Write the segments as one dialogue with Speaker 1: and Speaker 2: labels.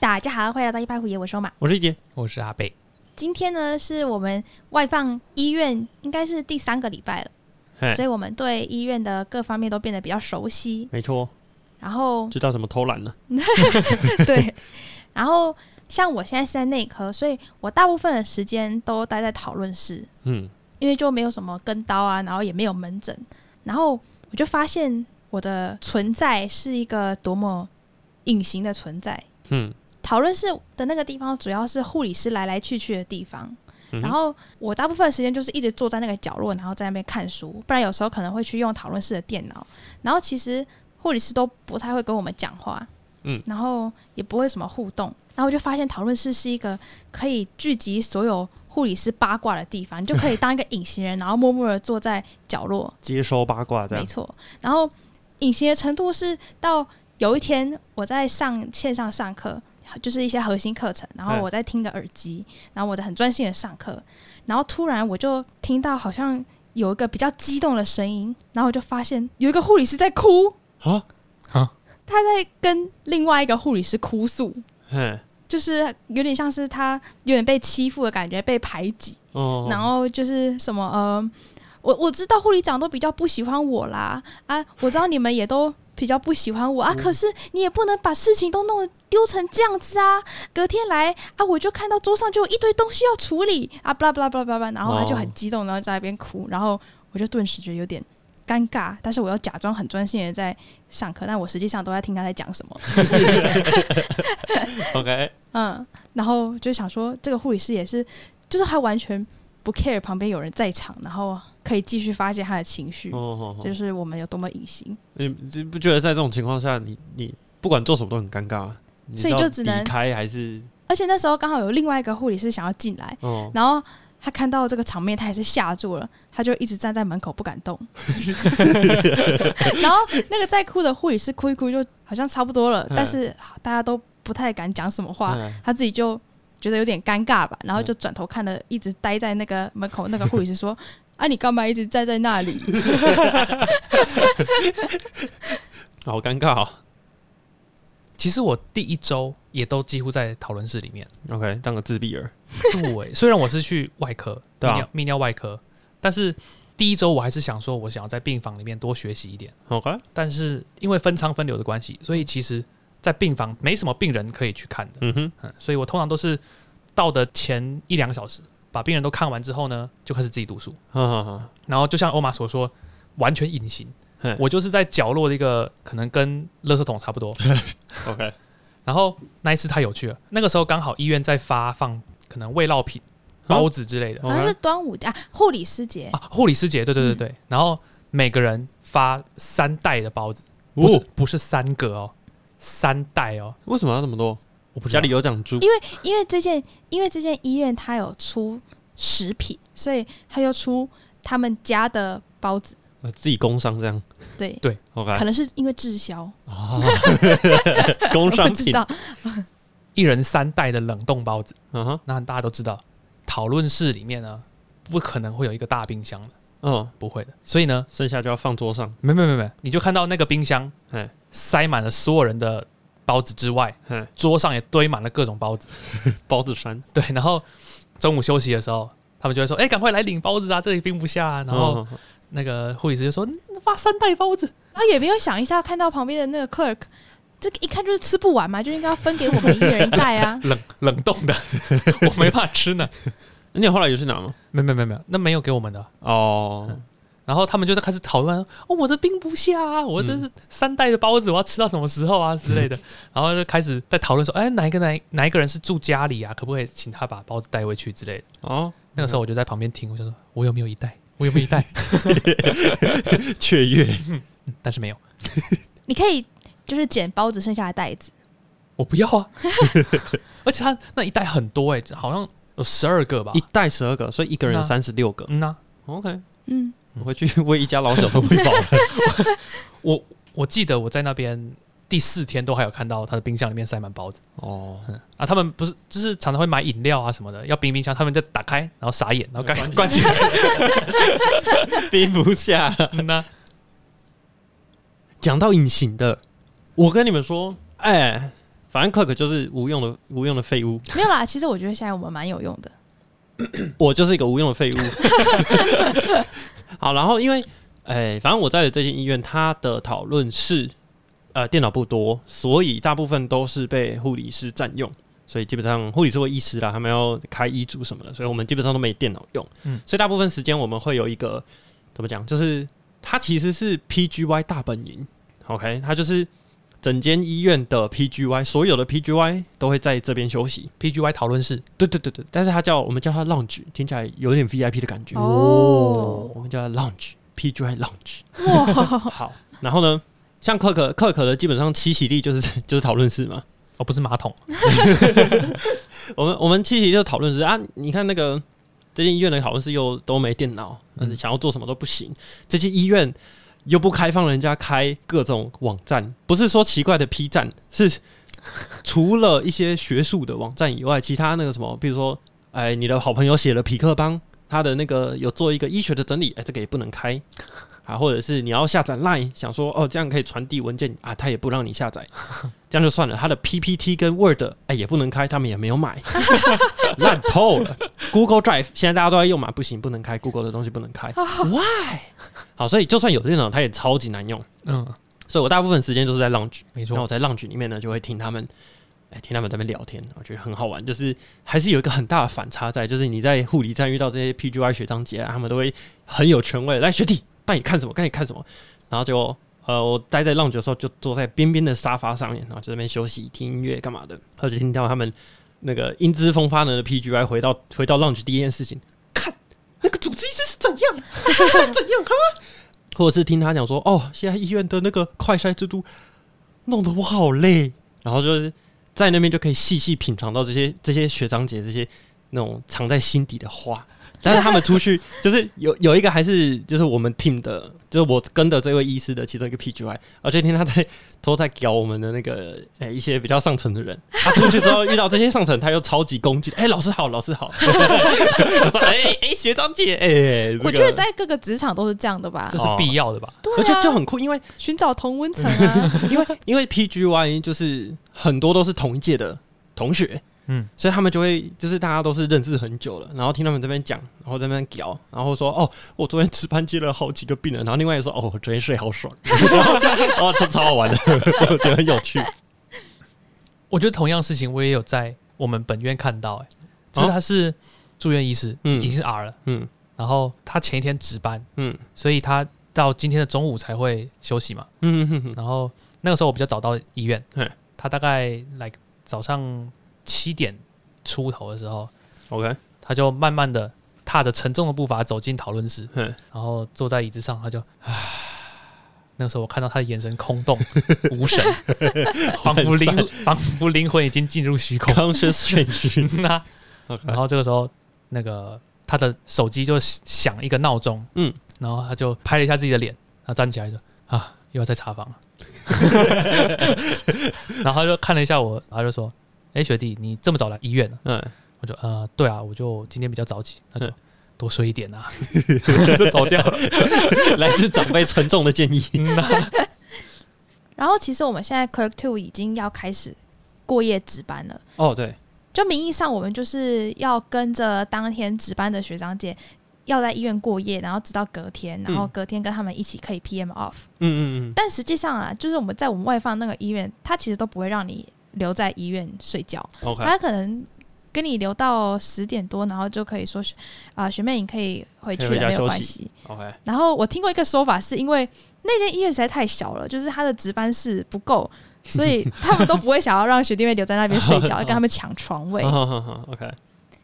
Speaker 1: 大家好，欢迎来到一派胡言，我是欧马。
Speaker 2: 我是一杰，
Speaker 3: 我是阿贝，
Speaker 1: 今天呢，是我们外放医院，应该是第三个礼拜了，
Speaker 2: 嘿，
Speaker 1: 所以我们对医院的各方面都变得比较熟悉。
Speaker 2: 没错，
Speaker 1: 然后，
Speaker 2: 知道怎么偷懒了。
Speaker 1: 对，然后像我现在是在内科，所以我大部分的时间都待在讨论室，
Speaker 2: 嗯，
Speaker 1: 因为就没有什么跟刀啊，然后也没有门诊，然后我就发现我的存在是一个多么隐形的存在。
Speaker 2: 嗯，
Speaker 1: 讨论室的那个地方主要是护理师来来去去的地方，
Speaker 2: 嗯哼
Speaker 1: 然后我大部分时间就是一直坐在那个角落，然后在那边看书，不然有时候可能会去用讨论室的电脑。然后其实护理师都不太会跟我们讲话，
Speaker 2: 嗯，
Speaker 1: 然后也不会什么互动。然后我就发现讨论室是一个可以聚集所有护理师八卦的地方，你就可以当一个隐形人，然后默默的坐在角落，
Speaker 2: 接收八卦这
Speaker 1: 没
Speaker 2: 样。
Speaker 1: 错。然后隐形的程度是到有一天我在上线上上课，就是一些核心课程，然后
Speaker 2: 嗯
Speaker 1: 我在听着耳机，然后我的很专心的上课，然后突然我就听到好像有一个比较激动的声音，然后我就发现有一个护理师在哭，
Speaker 2: 啊，
Speaker 1: 他在跟另外一个护理师哭诉，
Speaker 2: 嘿，哦
Speaker 1: 就是有点像是他有点被欺负的感觉，被排挤。
Speaker 2: 哦，
Speaker 1: 然后就是什么呃，我我知道护理长都比较不喜欢我啦，啊，我知道你们也都比较不喜欢我
Speaker 2: 嗯
Speaker 1: 啊，可是你也不能把事情都弄得丢成这样子啊！隔天来啊，我就看到桌上就有一堆东西要处理啊，巴拉巴拉巴拉巴拉，然后他就很
Speaker 2: 哦
Speaker 1: 激动，然后在那边哭，然后我就顿时觉得有点。尴尬，但是我要假装很专心的在上课，但我实际上都在听他在讲什么。
Speaker 2: OK，
Speaker 1: 嗯，然后就想说，这个护理师也是，就是他完全不 care 旁边有人在场，然后可以继续发泄他的情绪，
Speaker 2: 哦哦
Speaker 1: 这就
Speaker 2: 哦，
Speaker 1: 是我们有多么隐形。
Speaker 2: 你你不觉得在这种情况下，你你不管做什么都很尴尬啊？你
Speaker 1: 所以
Speaker 2: 是要
Speaker 1: 就只能
Speaker 2: 离开还是
Speaker 1: 而且那时候刚好有另外一个护理师想要进来，
Speaker 2: 哦，
Speaker 1: 然后他看到这个场面，他也是吓住了，他就一直站在门口不敢动。 然后那个在哭的护理师哭一哭，就好像差不多了，
Speaker 2: 嗯
Speaker 1: 但是大家都不太敢讲什么话，
Speaker 2: 嗯
Speaker 1: 他自己就觉得有点尴尬吧，然后就转头看了一直待在那个门口那个护理师说：“ 啊，你干嘛一直站在那 里
Speaker 2: 好尴尬哦。
Speaker 3: 其实我第一周也都几乎在讨论室里面。
Speaker 2: OK，当个自闭儿。
Speaker 3: 对，虽然我是去外科，
Speaker 2: 对啊
Speaker 3: 泌尿泌尿外科，但是第一周我还是想说，我想要在病房里面多学习一点。
Speaker 2: OK，
Speaker 3: 但是因为分仓分流的关系，所以其实，在病房没什么病人可以去看的。
Speaker 2: 嗯哼，
Speaker 3: 嗯，所以我通常都是到的前一两个小时，把病人都看完之后呢，就开始自己读书。
Speaker 2: 哈哈哈，
Speaker 3: 然后就像欧玛所说，完全隐形
Speaker 2: 嘿。
Speaker 3: 我就是在角落的一个，可能跟垃圾桶差不多。
Speaker 2: OK，
Speaker 3: 然后那一次太有趣了，那个时候刚好医院在发放可能胃药品、包子之类的、
Speaker 2: 哦
Speaker 1: 好像是端午啊，护理师节，
Speaker 3: 啊，护理师节，对对对
Speaker 2: 嗯
Speaker 3: 对。然后每个人发三袋的包子，不是、
Speaker 2: 哦，
Speaker 3: 不是三个哦，三袋哦，
Speaker 2: 为什么要那么多？
Speaker 3: 我不知
Speaker 2: 家
Speaker 3: 道
Speaker 2: 里有养猪
Speaker 1: 因为因为这件因为这件医院它有出食品，所以它就出他们家的包子，
Speaker 2: 呃自己工伤这样。
Speaker 1: 对。
Speaker 2: OK，
Speaker 1: 可能是因为滞销，
Speaker 2: 哦工
Speaker 1: 我
Speaker 2: 商
Speaker 1: 不知
Speaker 2: 品。
Speaker 1: 道。
Speaker 3: 一人三袋的冷冻包子。
Speaker 2: 嗯哼，
Speaker 3: 那大家都知道，讨论室里面呢，不可能会有一个大冰箱的，
Speaker 2: 嗯，
Speaker 3: 不会的。所以呢，
Speaker 2: 剩下就要放桌上。
Speaker 3: 没没没没，你就看到那个冰箱
Speaker 2: 嘿，
Speaker 3: 塞满了所有人的包子之外，
Speaker 2: 嘿，
Speaker 3: 桌上也堆满了各种包子。
Speaker 2: 包子山。
Speaker 3: 对，然后中午休息的时候，他们就会说：“哎、赶快来领包子啊，这里冰不下、啊。”然
Speaker 2: 嗯
Speaker 3: 后
Speaker 2: 嗯嗯
Speaker 3: 那个护理师就说嗯：“发三袋包子。。
Speaker 1: 然后也没有想一下，看到旁边的那个 clerk，这个一看就是吃不完嘛，就应该要分给我们一人一袋啊
Speaker 3: 冷”冷冻的， 我没办法吃呢。
Speaker 2: 那你有后来有去拿吗？
Speaker 3: 没没没没，那没有给我们的。
Speaker 2: 哦，
Speaker 3: 然后他们就在开始讨论，哦，我这冰不下啊，我这是三袋的包子，我要吃到什么时候啊之 类的。然后就开始在讨论说，哎，哪一个哪一哪一个人是住家里啊，可不可以请他把包子带回去之类的。
Speaker 2: 哦，
Speaker 3: 那个时候我就在旁边听，我就说，我有没有一袋？我有没有一袋？
Speaker 2: 雀跃，
Speaker 3: 但是没有，
Speaker 1: 你可以就是捡包子剩下的袋子，
Speaker 3: 我不要啊。 而且他那一袋很多哎、好像有十二个吧
Speaker 2: 一。袋十二个，所以一个人有
Speaker 3: 那
Speaker 2: 三十六个。
Speaker 3: 嗯呐、
Speaker 2: OK，
Speaker 1: 嗯，
Speaker 2: 我回去喂一家老 小都喂饱了。
Speaker 3: 我我记得我在那边第四天都还有看到他的冰箱里面塞满包子
Speaker 2: 哦，
Speaker 3: 啊。他们不是就是常常会买饮料啊什么的，要冰冰箱，他们就打开然后傻眼，然后关关起来。
Speaker 2: 冰不下。
Speaker 3: 嗯呐、
Speaker 2: 讲到隐形的，我跟你们说，哎、反正 cook 就是无用的无用的废物，
Speaker 1: 没有啦，其实我觉得现在我们蛮有用的。
Speaker 2: 我就是一个无用的废物。好，然后因为哎、反正我在的这间医院，它的讨论是呃电脑不多，所以大部分都是被护理师占用。所以基本上护理师或医师啦，他们要开医嘱什么的，所以我们基本上都没电脑用。
Speaker 3: 嗯
Speaker 2: 所以大部分时间我们会有一个怎么讲，就是它其实是 PGY 大本营。OK，它就是整间医院的 PGY，所有的 PGY 都会在这边休息。
Speaker 3: PGY 讨论室，
Speaker 2: 对对对对，但是他叫我们叫他 lounge，听起来有点 VIP 的感觉。
Speaker 1: 哦
Speaker 2: 我们叫他 lounge，PGI lounge。
Speaker 1: 哇，
Speaker 2: 好，然后呢，像克可克可的基本上七喜力就是 就是讨论室嘛。
Speaker 3: 哦，不是马桶，
Speaker 2: 我们我们七喜力就是讨论室啊，你看那个这间医院的讨论室又都没电脑，但是想要做什么都不行。这间医院又不开放人家开各种网站，不是说奇怪的 P 站，是除了一些学术的网站以外，其他那个什么，比如说，哎，你的好朋友写了匹克邦，他的那个有做一个医学的整理，哎，这个也不能开。啊，或者是你要下载 Line，想说哦，这样可以传递文件啊，他也不让你下载，这样就算了。他的 PPT 跟 Word 哎也不能开，他们也没有买，烂透了。Google Drive 现在大家都在用嘛，不行，不能开 Google 的东西不能开，Why？好，所以就算有电脑，它也超级难用。
Speaker 3: 嗯，
Speaker 2: 所以我大部分时间都是在 lounge，
Speaker 3: 没
Speaker 2: 然后我
Speaker 3: 错，
Speaker 2: 在 lounge 里面呢，就会听他们，哎、听他们在那边聊天，我觉得很好玩。就是还是有一个很大的反差在，就是你在护理站遇到这些 PGY 学长姐、啊，他们都会很有权威，来学弟带你看什么，带你看什么，然后结果。呃，我待在 lounge 的时候，就坐在边边的沙发上面，然后就在那边休息、听音乐干嘛的。然后就听到他们那个英姿风发的 PGY 回到回到 lounge 第一件事情，看那个主治医师是怎样， 是长怎样，好 吗？或者是听他讲说，哦，现在医院的那个快筛制度弄得我好累。然后就是在那边就可以细细品尝到这些这些学长姐这些那种藏在心底的话。但是他们出去，就是有有一个还是就是我们 team 的，就是我跟的这位医师的其中一个 PGY，而且听他在偷在屌我们的那个诶、一些比较上层的人，他出去之后遇到这些上层，他又超级恭敬，哎、老师好，老师好， 我说哎哎、学长姐哎、这个
Speaker 1: 我觉得在各个职场都是这样的吧
Speaker 3: 这。是必要的吧？
Speaker 2: 而且
Speaker 1: 对啊，
Speaker 2: 就很嗯酷，因为
Speaker 1: 寻找同温层 啊，
Speaker 2: 因为因为 PGY 就是很多都是同一届的同学，
Speaker 3: 嗯，
Speaker 2: 所以他们就会就是大家都是认识很久了，然后听他们这边讲，然后这边聊，然后说哦，我昨天值班接了好几个病人，然后另外也说哦，我昨天睡好爽，然后就哦，这超好玩的，我觉得很有趣。
Speaker 3: 我觉得同样事情我也有在我们本院看到、哎，就是他是住院医师，
Speaker 2: 嗯
Speaker 3: 已经是 R 了，
Speaker 2: 嗯
Speaker 3: 然后他前一天值班，
Speaker 2: 嗯
Speaker 3: 所以他到今天的中午才会休息嘛。
Speaker 2: 嗯嗯嗯
Speaker 3: 然后那个时候我比较早到医院
Speaker 2: 嗯，
Speaker 3: 他大概来早上七点出头的时候，
Speaker 2: ，OK，
Speaker 3: 他就慢慢的踏着沉重的步伐走进讨论室，
Speaker 2: 嗯
Speaker 3: 然后坐在椅子上，他就唉。那个时候我看到他的眼神空洞无神，仿佛灵仿佛灵魂已经进入虚空。
Speaker 2: ，conscious change，
Speaker 3: 那
Speaker 2: OK
Speaker 3: 然后这个时候，那个他的手机就响一个闹钟，
Speaker 2: 嗯，
Speaker 3: 然后他就拍了一下自己的脸，他站起来说：“啊，又要再查房 了。”然后他就看了一下我，他就说：“哎、学弟，你这么早来医院、啊
Speaker 2: 嗯，？”
Speaker 3: 我就：“呃，对啊，我就今天比较早起。”他就
Speaker 2: 嗯
Speaker 3: 多睡一点 啊，就走掉了。
Speaker 2: 来自长辈沉重的建议，
Speaker 3: 嗯啊
Speaker 1: 然后其实我们现在 Clerk Two 已经要开始过夜值班了。
Speaker 2: 哦对，
Speaker 1: 就名义上我们就是要跟着当天值班的学长姐要在医院过夜，然后直到隔天，然后
Speaker 2: 嗯
Speaker 1: 隔天跟他们一起可以 PM off。
Speaker 2: 嗯嗯嗯，
Speaker 1: 但实际上啊，就是我们在我们外放那个医院，他其实都不会让你留在医院睡觉，
Speaker 2: ，OK，
Speaker 1: 他可能。跟你留到十点多，然后就可以说，啊、学妹你可以回去
Speaker 2: 可以回
Speaker 1: 了，
Speaker 2: 家
Speaker 1: 没有
Speaker 2: 休
Speaker 1: 关
Speaker 2: 息
Speaker 1: 系。
Speaker 2: OK，
Speaker 1: 然后我听过一个说法，是因为那间医院实在太小了，就是他的值班室不够，所以 他们都不会想要让学弟妹留在那边睡觉，要跟他们抢床 位。
Speaker 2: 好好好，OK，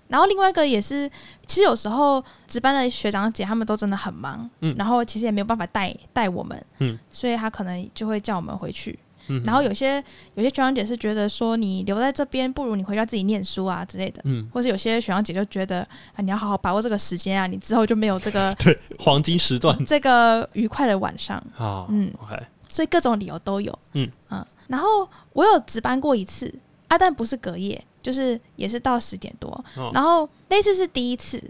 Speaker 1: 然后另外一个也是，其实有时候值班的学长姐他们都真的很忙，
Speaker 2: 嗯
Speaker 1: 然后其实也没有办法带带我们，
Speaker 2: 嗯
Speaker 1: 所以他可能就会叫我们回去。
Speaker 2: 嗯，
Speaker 1: 然后有些有些学长姐是觉得说你留在这边，不如你回家自己念书啊之类的，
Speaker 2: 嗯，
Speaker 1: 或是有些学长姐就觉得啊你要好好把握这个时间啊，你之后就没有这 个
Speaker 2: 黄金时段，
Speaker 1: 这个愉快的晚上，
Speaker 2: 好
Speaker 1: 嗯，
Speaker 2: ，OK，
Speaker 1: 所以各种理由都有，
Speaker 2: 嗯
Speaker 1: 然后我有值班过一次，啊，但不是隔夜，就是也是到十点多，
Speaker 2: 哦
Speaker 1: 然后那次是第一次。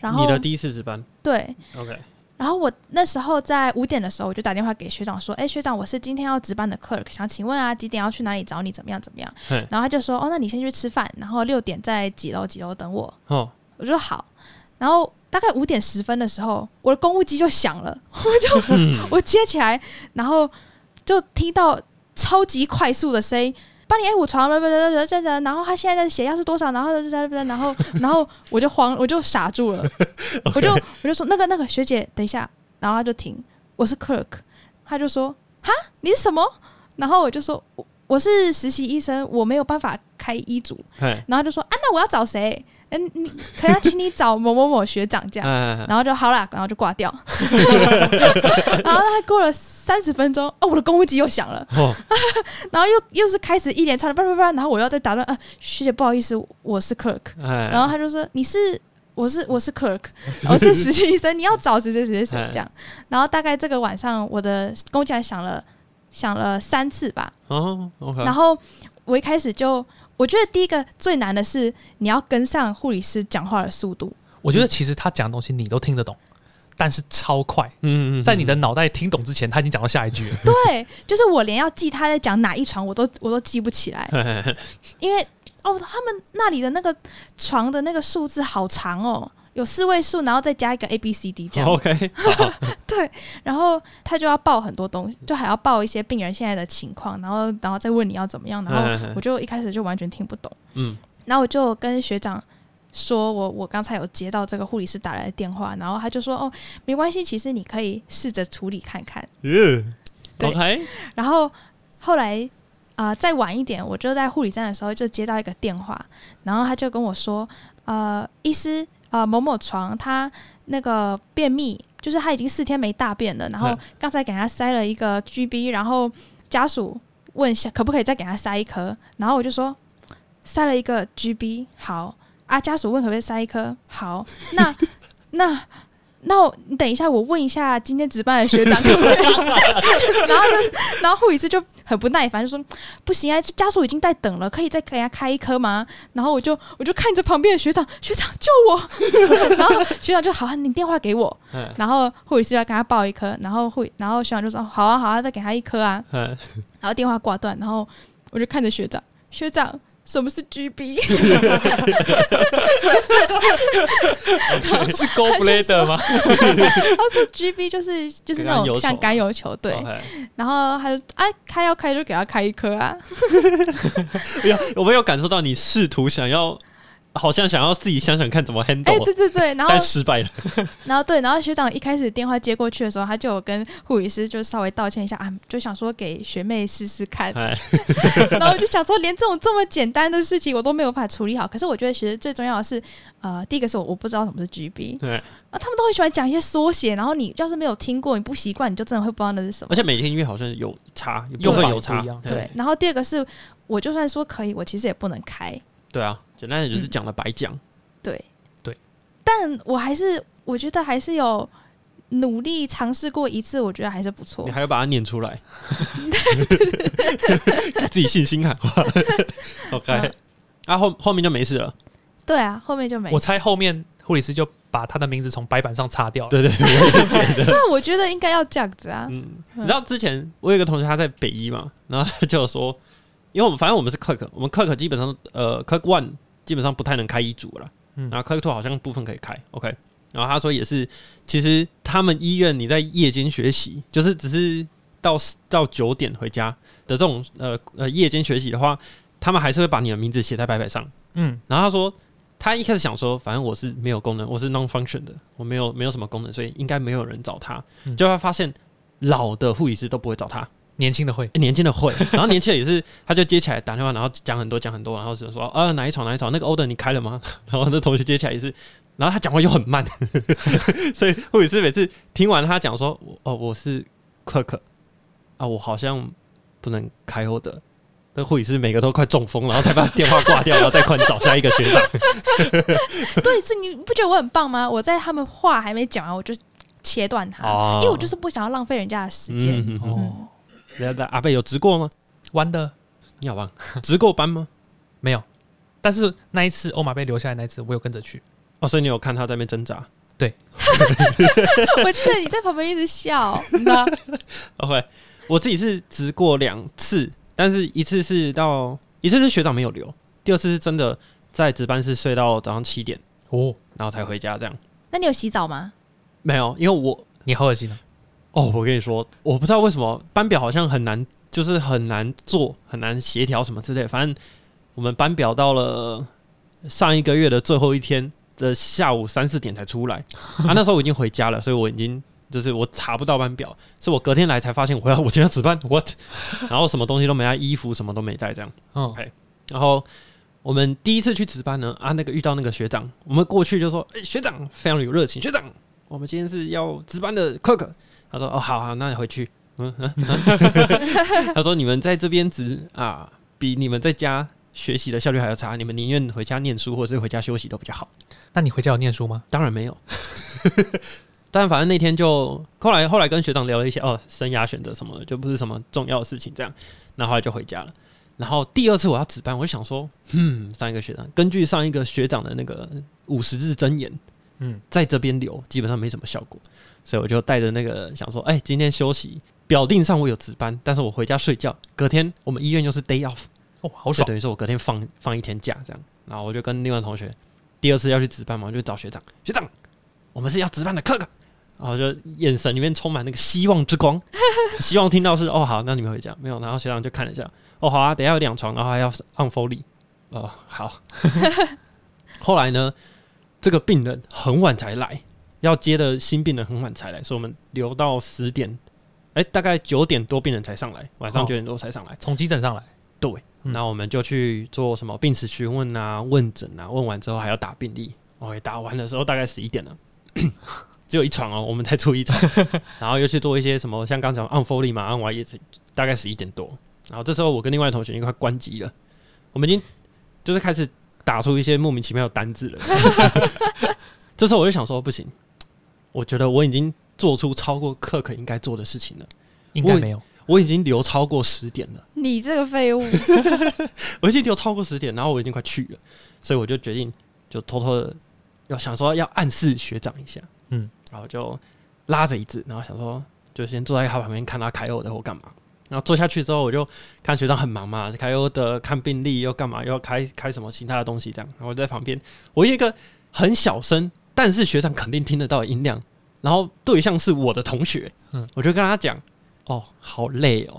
Speaker 1: 然后
Speaker 2: 你的第一次值班
Speaker 1: 对，
Speaker 2: ，OK，
Speaker 1: 然后我那时候在五点的时候，我就打电话给学长说：“哎、学长，我是今天要值班的 clerk，想请问啊，几点要去哪里找你？怎么样？怎么样
Speaker 2: 嘿？”
Speaker 1: 然后他就说：“哦，那你先去吃饭，然后六点在几楼几楼等我。
Speaker 2: 哦，”
Speaker 1: 我就说：“好。”然后大概五点十分的时候，我的公务机就响了，
Speaker 2: 嗯，
Speaker 1: 我接起来，然后就听到超级快速的声音。八零 A 五床，然后他现在的血压是多少？然后，然后，然后我就慌，我就傻住了，我就我就说那个那个学姐，等一下，然后他就停，我是 clerk，他就说哈你是什么？然后我就说我我是实习医生，我没有办法开医组，
Speaker 2: 哎
Speaker 1: 然后就说啊那我要找谁？嗯，你可能要请你找某某某学长这样。
Speaker 2: 哎，
Speaker 1: 然后就好啦，然后就挂掉。 然后他过了三十分钟，哦，我的公务机又响了，
Speaker 2: 哦，
Speaker 1: 然后又又是开始一连串的叭叭叭，然后我又在打断，啊，学姐不好意思，我是 clerk。
Speaker 2: 哎，
Speaker 1: 然后他就说你是。我是我是 clerk，我是实习医生，你要找谁谁谁谁
Speaker 2: 哎
Speaker 1: 这样。然后大概这个晚上，我的公务机还响了响了三次吧。
Speaker 2: 哦，OK，
Speaker 1: 然后我一开始就，我觉得第一个最难的是你要跟上护理师讲话的速度，
Speaker 3: 我觉得其实他讲的东西你都听得懂，但是超快，
Speaker 2: 嗯嗯嗯，
Speaker 3: 在你的脑袋听懂之前，他已经讲到下一句了。
Speaker 1: 对，就是我连要记他在讲哪一床，我都我都记不起 来，
Speaker 2: 嘿嘿嘿
Speaker 1: 因为哦，他们那里的那个床的那个数字好长哦，有四位数，然后再加一个 A B C D 这样。
Speaker 2: ，OK，好
Speaker 1: 对，然后他就要报很多东西，就还要报一些病人现在的情况，然后然后再问你要怎么样，然
Speaker 2: 嗯嗯
Speaker 1: 后
Speaker 2: 嗯
Speaker 1: 我就一开始就完全听不懂，
Speaker 2: 嗯，
Speaker 1: 然后我就跟学长。说我我刚才有接到这个护理师打来的电话，然后他就说哦没关系，其实你可以试着处理看看。
Speaker 2: 嗯
Speaker 1: 对
Speaker 2: ，OK，
Speaker 1: 然后后来啊、呃再晚一点，我就在护理站的时候就接到一个电话，然后他就跟我说，呃，医师，呃，某某床他那个便秘，就是他已经四天没大便了，然后
Speaker 2: 嗯
Speaker 1: 刚才给他塞了一个 GB，然后家属问一下可不可以再给他塞一颗，然后我就说塞了一个 GB，好啊，家属问可不可以塞一颗，好，那那。那我你等一下，我问一下今天值班的学长可不可以 然后就，然后护理师就很不耐烦，就说不行啊，家属已经在等了，可以再给他开一颗吗？然后我就我就看着旁边的学长，学长救我， 然后学长就好啊，你电话给我，
Speaker 2: 哎
Speaker 1: 然后护理师要跟他报一颗，然后护然后学长就说好啊好啊，再给他一颗啊，
Speaker 2: 哎，
Speaker 1: 然后电话挂断，然后我就看着学长，学长。什么是 GB？
Speaker 3: 是 Go Blader 吗？
Speaker 1: 他说 GB 就是就是那
Speaker 2: 橄榄油
Speaker 1: 种
Speaker 2: 球
Speaker 1: 像甘油球，对。
Speaker 2: OK
Speaker 1: 然后他就哎、开要开就给他开一颗啊，
Speaker 2: 哎呀，我没有感受到你试图想要，好像想要自己想想看怎么
Speaker 1: 哎、
Speaker 2: handle，
Speaker 1: 对对对。然后
Speaker 2: 但失败了。
Speaker 1: 然后对，然后学长一开始电话接过去的时候，他就有跟护理师就稍微道歉一下啊，就想说给学妹试试 看。
Speaker 2: 哎，
Speaker 1: 然后我就想说，连这种这么简单的事情我都没有办法处理好。可是我觉得其实最重要的是，呃，第一个是我我不知道什么是 GB，
Speaker 2: 对，
Speaker 1: 啊，他们都很喜欢讲一些缩写，然后你要是没有听过，你不习惯，你就真的会不知道那是什么
Speaker 2: 而。且每天音乐好像有差，部
Speaker 3: 用法
Speaker 2: 分
Speaker 3: 也
Speaker 2: 有差
Speaker 3: 不一样，
Speaker 1: 对，然后第二个是我就算说可以，我其实也不能开。
Speaker 2: 对啊，简单点就是讲了白讲，
Speaker 1: 对，
Speaker 3: 对，
Speaker 1: 但我还是我觉得还是有努力尝试过一次，我觉得还是不错
Speaker 2: 你。还要把它念出来， 给自己信心喊话。OK，
Speaker 1: 嗯
Speaker 2: 啊后后面就没事了，
Speaker 1: 对啊，后面就没
Speaker 3: 我
Speaker 1: 事
Speaker 3: 猜后面护理师就把他的名字从白板上擦掉了。
Speaker 2: 对对，我也觉得，
Speaker 1: 那我觉得应该要这样子啊。
Speaker 2: 嗯，你知道之前我有一个同学他在北医嘛，然后他就说，因为我们反正我们是 clerk，我们 clerk 基本上呃 clerk one 基本上不太能开医组了，
Speaker 3: 嗯
Speaker 2: 然后 clerk two 好像部分可以开，OK，然后他说也是，其实他们医院你在夜间学习，就是只是到到九点回家的这种呃呃夜间学习的话，他们还是会把你的名字写在白板上。
Speaker 3: 嗯，
Speaker 2: 然后他说，他一开始想说，反正我是没有功能，我是 non function 的，我没有没有什么功能，所以应该没有人找他。
Speaker 3: 嗯
Speaker 2: 结果他发现老的护理师都不会找他，
Speaker 3: 年轻的会，
Speaker 2: 欸年轻的会，然后年轻的也是，他就接起来打电话，然后讲很多讲很多，然后就说呃哪一床哪一床，那个 order 你开了吗？ 然后那同学接起来也是，然后他讲话又很慢， 所以护理师每次听完他讲说我哦我是 clerk 啊，我好像不能开 order。那护理师每个都快中风，然后才把电话挂掉，然后再快找下一个学长。
Speaker 1: 对，是你不觉得我很棒吗？我在他们话还没讲完，我就切断他，
Speaker 2: 哦
Speaker 1: 因为我就是不想要浪费人家的时间。
Speaker 2: 嗯嗯
Speaker 3: 哦，
Speaker 2: 嗯那阿贝有值过吗？
Speaker 3: 玩的
Speaker 2: 你好 棒，值过班吗？
Speaker 3: 没有，但是那一次欧马被留下来那一次，我有跟着去。
Speaker 2: 哦，所以你有看他在那边挣扎。
Speaker 1: 我记得你在旁边一直笑，
Speaker 3: 那
Speaker 2: OK，我自己是值过两次，但是一次是到一次是学长没有留，第二次是真的在值班室睡到早上七点，
Speaker 3: 哦，
Speaker 2: 然后才回家这样。
Speaker 1: 那你有洗澡吗？
Speaker 2: 没有，因为我
Speaker 3: 你好恶心啊！
Speaker 2: 哦，我跟你说，我不知道为什么班表好像很难，就是很难做，很难协调什么之类的。反正我们班表到了上一个月的最后一天的下午三四点才出来，啊，那时候我已经回家了，所以我已经就是我查不到班表，是我隔天来才发现我要我今天要值班，what？然后什么东西都没带，衣服什么都没带，这样。
Speaker 3: 嗯，
Speaker 2: 然后我们第一次去值班呢，啊，那个遇到那个学长，我们过去就说，哎、学长非常有热情，学长，我们今天是要值班的 cook。他说，哦，好好，那你回去。嗯， 嗯嗯他说你们在这边值啊，比你们在家学习的效率还要差，你们宁愿回家念书或者是回家休息都比较好。
Speaker 3: 那你回家有念书吗？
Speaker 2: 当然没有。 但反正那天就后来后来跟学长聊了一些哦，生涯选择什么的，就不是什么重要的事情这样。那后来就回家了。然后第二次我要值班，我就想说，嗯，上一个学长根据上一个学长的那个五十日真言，
Speaker 3: 嗯，
Speaker 2: 在这边留基本上没什么效果，所以我就带着那个想说，哎、今天休息，表定上我有值班，但是我回家睡觉，隔天我们医院又是 day off，
Speaker 3: 哦，
Speaker 2: 所
Speaker 3: 好
Speaker 2: 以
Speaker 3: 爽，
Speaker 2: 等于说我隔天放放一天假这样。然后我就跟另外同学，第二次要去值班嘛，我就找学长，学长，我们是要值班的，克克。然后就眼神里面充满那个希望之 光，希望听到是哦好，那你们回家没有？然后学长就看了一下，哦好啊，等一下有两床，然后还要 on foley，哦好。 后来呢，这个病人很晚才来，要接的新病人很晚才来，所以我们留到十点，哎、大概九点多病人才上来，晚上
Speaker 3: 哦
Speaker 2: 九点多才上来。
Speaker 3: 从急诊上来，嗯
Speaker 2: 那我们就去做什么病史询问啊、问诊啊，问完之后还要打病历。哦，打完的时候大概十一点了， 只有一床哦，我们才出一床，然后又去做一些什么，像刚才 on foley 嘛，on 完也是大概十一点多。然后这时候我跟另外的同学已经快关机了，我们已经就是开始打出一些莫名其妙的单字了。 这时候我就想说，不行，我觉得我已经做出超过 c o 应该做的事情了，
Speaker 3: 应该没有。
Speaker 2: 我已经留超过十点了。
Speaker 1: 你这个废 物，
Speaker 2: 我已经留超过十点，然后我已经快去了，所以我就决定就偷偷的要想说要暗示学长一下，
Speaker 3: 嗯，
Speaker 2: 然后就拉着椅子，然后想说就先坐在他旁边看他开欧的或干嘛。然后坐下去之后，我就看学长很忙嘛，开欧的、看病历又干嘛，又要开开什么其他的东西这样。然后我在旁边，我用一个很小声，但是学长肯定听得到的音量，然后对象是我的同学，
Speaker 3: 嗯
Speaker 2: 我就跟他讲，哦，好累哦，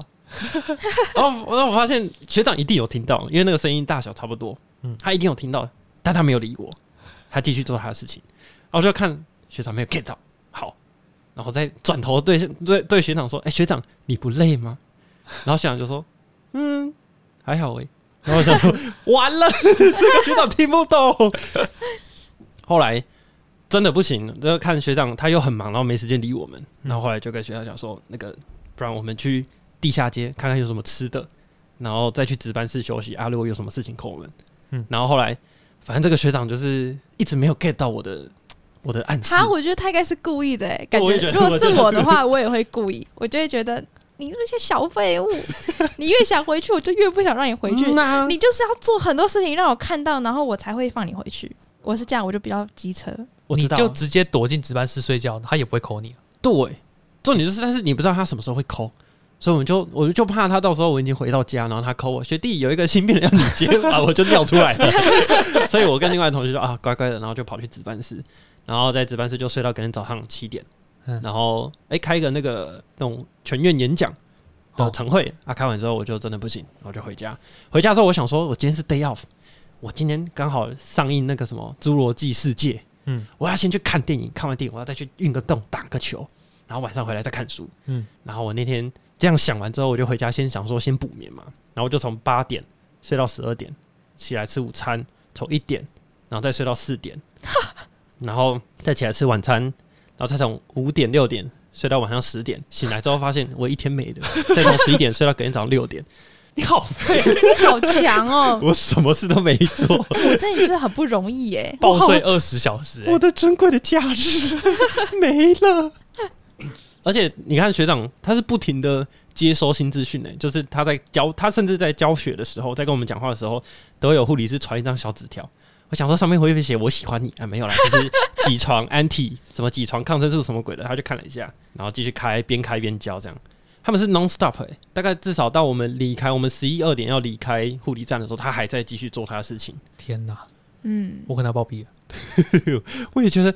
Speaker 2: 然后我，然后我发现学长一定有听到，因为那个声音大小差不多，
Speaker 3: 嗯
Speaker 2: 他一定有听到，但他没有理我，他继续做他的事情。然后我就看学长没有 get 到，好，然后再转头对对对学长说：“哎、学长，你不累吗？” 然后学长就说：“嗯，还好诶、然后我想说：“ 完了，学长听不懂。” 后来真的不行了，就看学长他又很忙，然后没时间理我们。然后后来就跟学长讲说：“那个，不然我们去地下街看看有什么吃的，然后再去值班室休息啊。如果有什么事情扣我们，
Speaker 3: 嗯
Speaker 2: 嗯，然后后来反正这个学长就是一直没有 get 到我的我的暗示，
Speaker 1: 他我觉得他应该是故意的、欸，感
Speaker 2: 我也
Speaker 1: 觉
Speaker 2: 觉得
Speaker 1: 如果是我的话，我也会故意，我就会觉得你这些小废物， 你越想回去，我就越不想让你回去，
Speaker 2: 嗯那
Speaker 1: 你就是要做很多事情让我看到，然后我才会放你回去。我是这样，我就比较机车。
Speaker 2: 我
Speaker 3: 你
Speaker 2: 知道
Speaker 3: 就直接躲进值班室睡觉，他也不会扣你、啊。
Speaker 2: 对，重点就是，但是你不知道他什么时候会抠。所以我们就我就怕他到时候我已经回到家，然后他抠我学弟有一个新病人要你接 啊，我就尿出来了。 所以我跟另外的同学说啊，乖乖的，然后就跑去值班室，然后在值班室就睡到隔天早上七点，
Speaker 3: 嗯
Speaker 2: 然后哎、开一个那个那种全院演讲的晨会、啊，开完之后我就真的不行，我就回家。回家之后我想说，我今天是 day off，我今天刚好上映那个什么《侏罗纪世界》，
Speaker 3: 嗯
Speaker 2: 我要先去看电影，看完电影我要再去运个动、打个球，然后晚上回来再看书。
Speaker 3: 嗯，
Speaker 2: 然后我那天这样想完之后，我就回家先想说先补眠嘛，然后我就从八点睡到十二点，起来吃午餐，从一点，然后再睡到四 点，然后再起来吃晚餐，然后再从五点六点睡到晚上十点，醒来之后发现我一天没了，再从十一点睡到隔天早上六点。 你好废，
Speaker 1: 你好强哦、
Speaker 2: 我什么事都没做，
Speaker 1: 我真的是很不容易 耶、
Speaker 3: 暴睡二十小时、欸，
Speaker 2: 我的珍贵的假日 没了。而且你看学长，他是不停的接收新资讯的，欸就是他在教，他甚至在教学的时候，在跟我们讲话的时候，都有护理师传一张小纸条。我想说上面会不会写我喜欢你啊？没有啦，就是 几床 anti 什么几床抗生素什么鬼的，他就看了一下，然后继续开，边开边教这样。他们是 non stop，、欸、大概至少到我们离开，我们十一二点要离开护理站的时候，他还在继续做他的事情。
Speaker 3: 天哪，
Speaker 1: 嗯，
Speaker 3: 我可能要暴毙了。
Speaker 2: 我也觉得，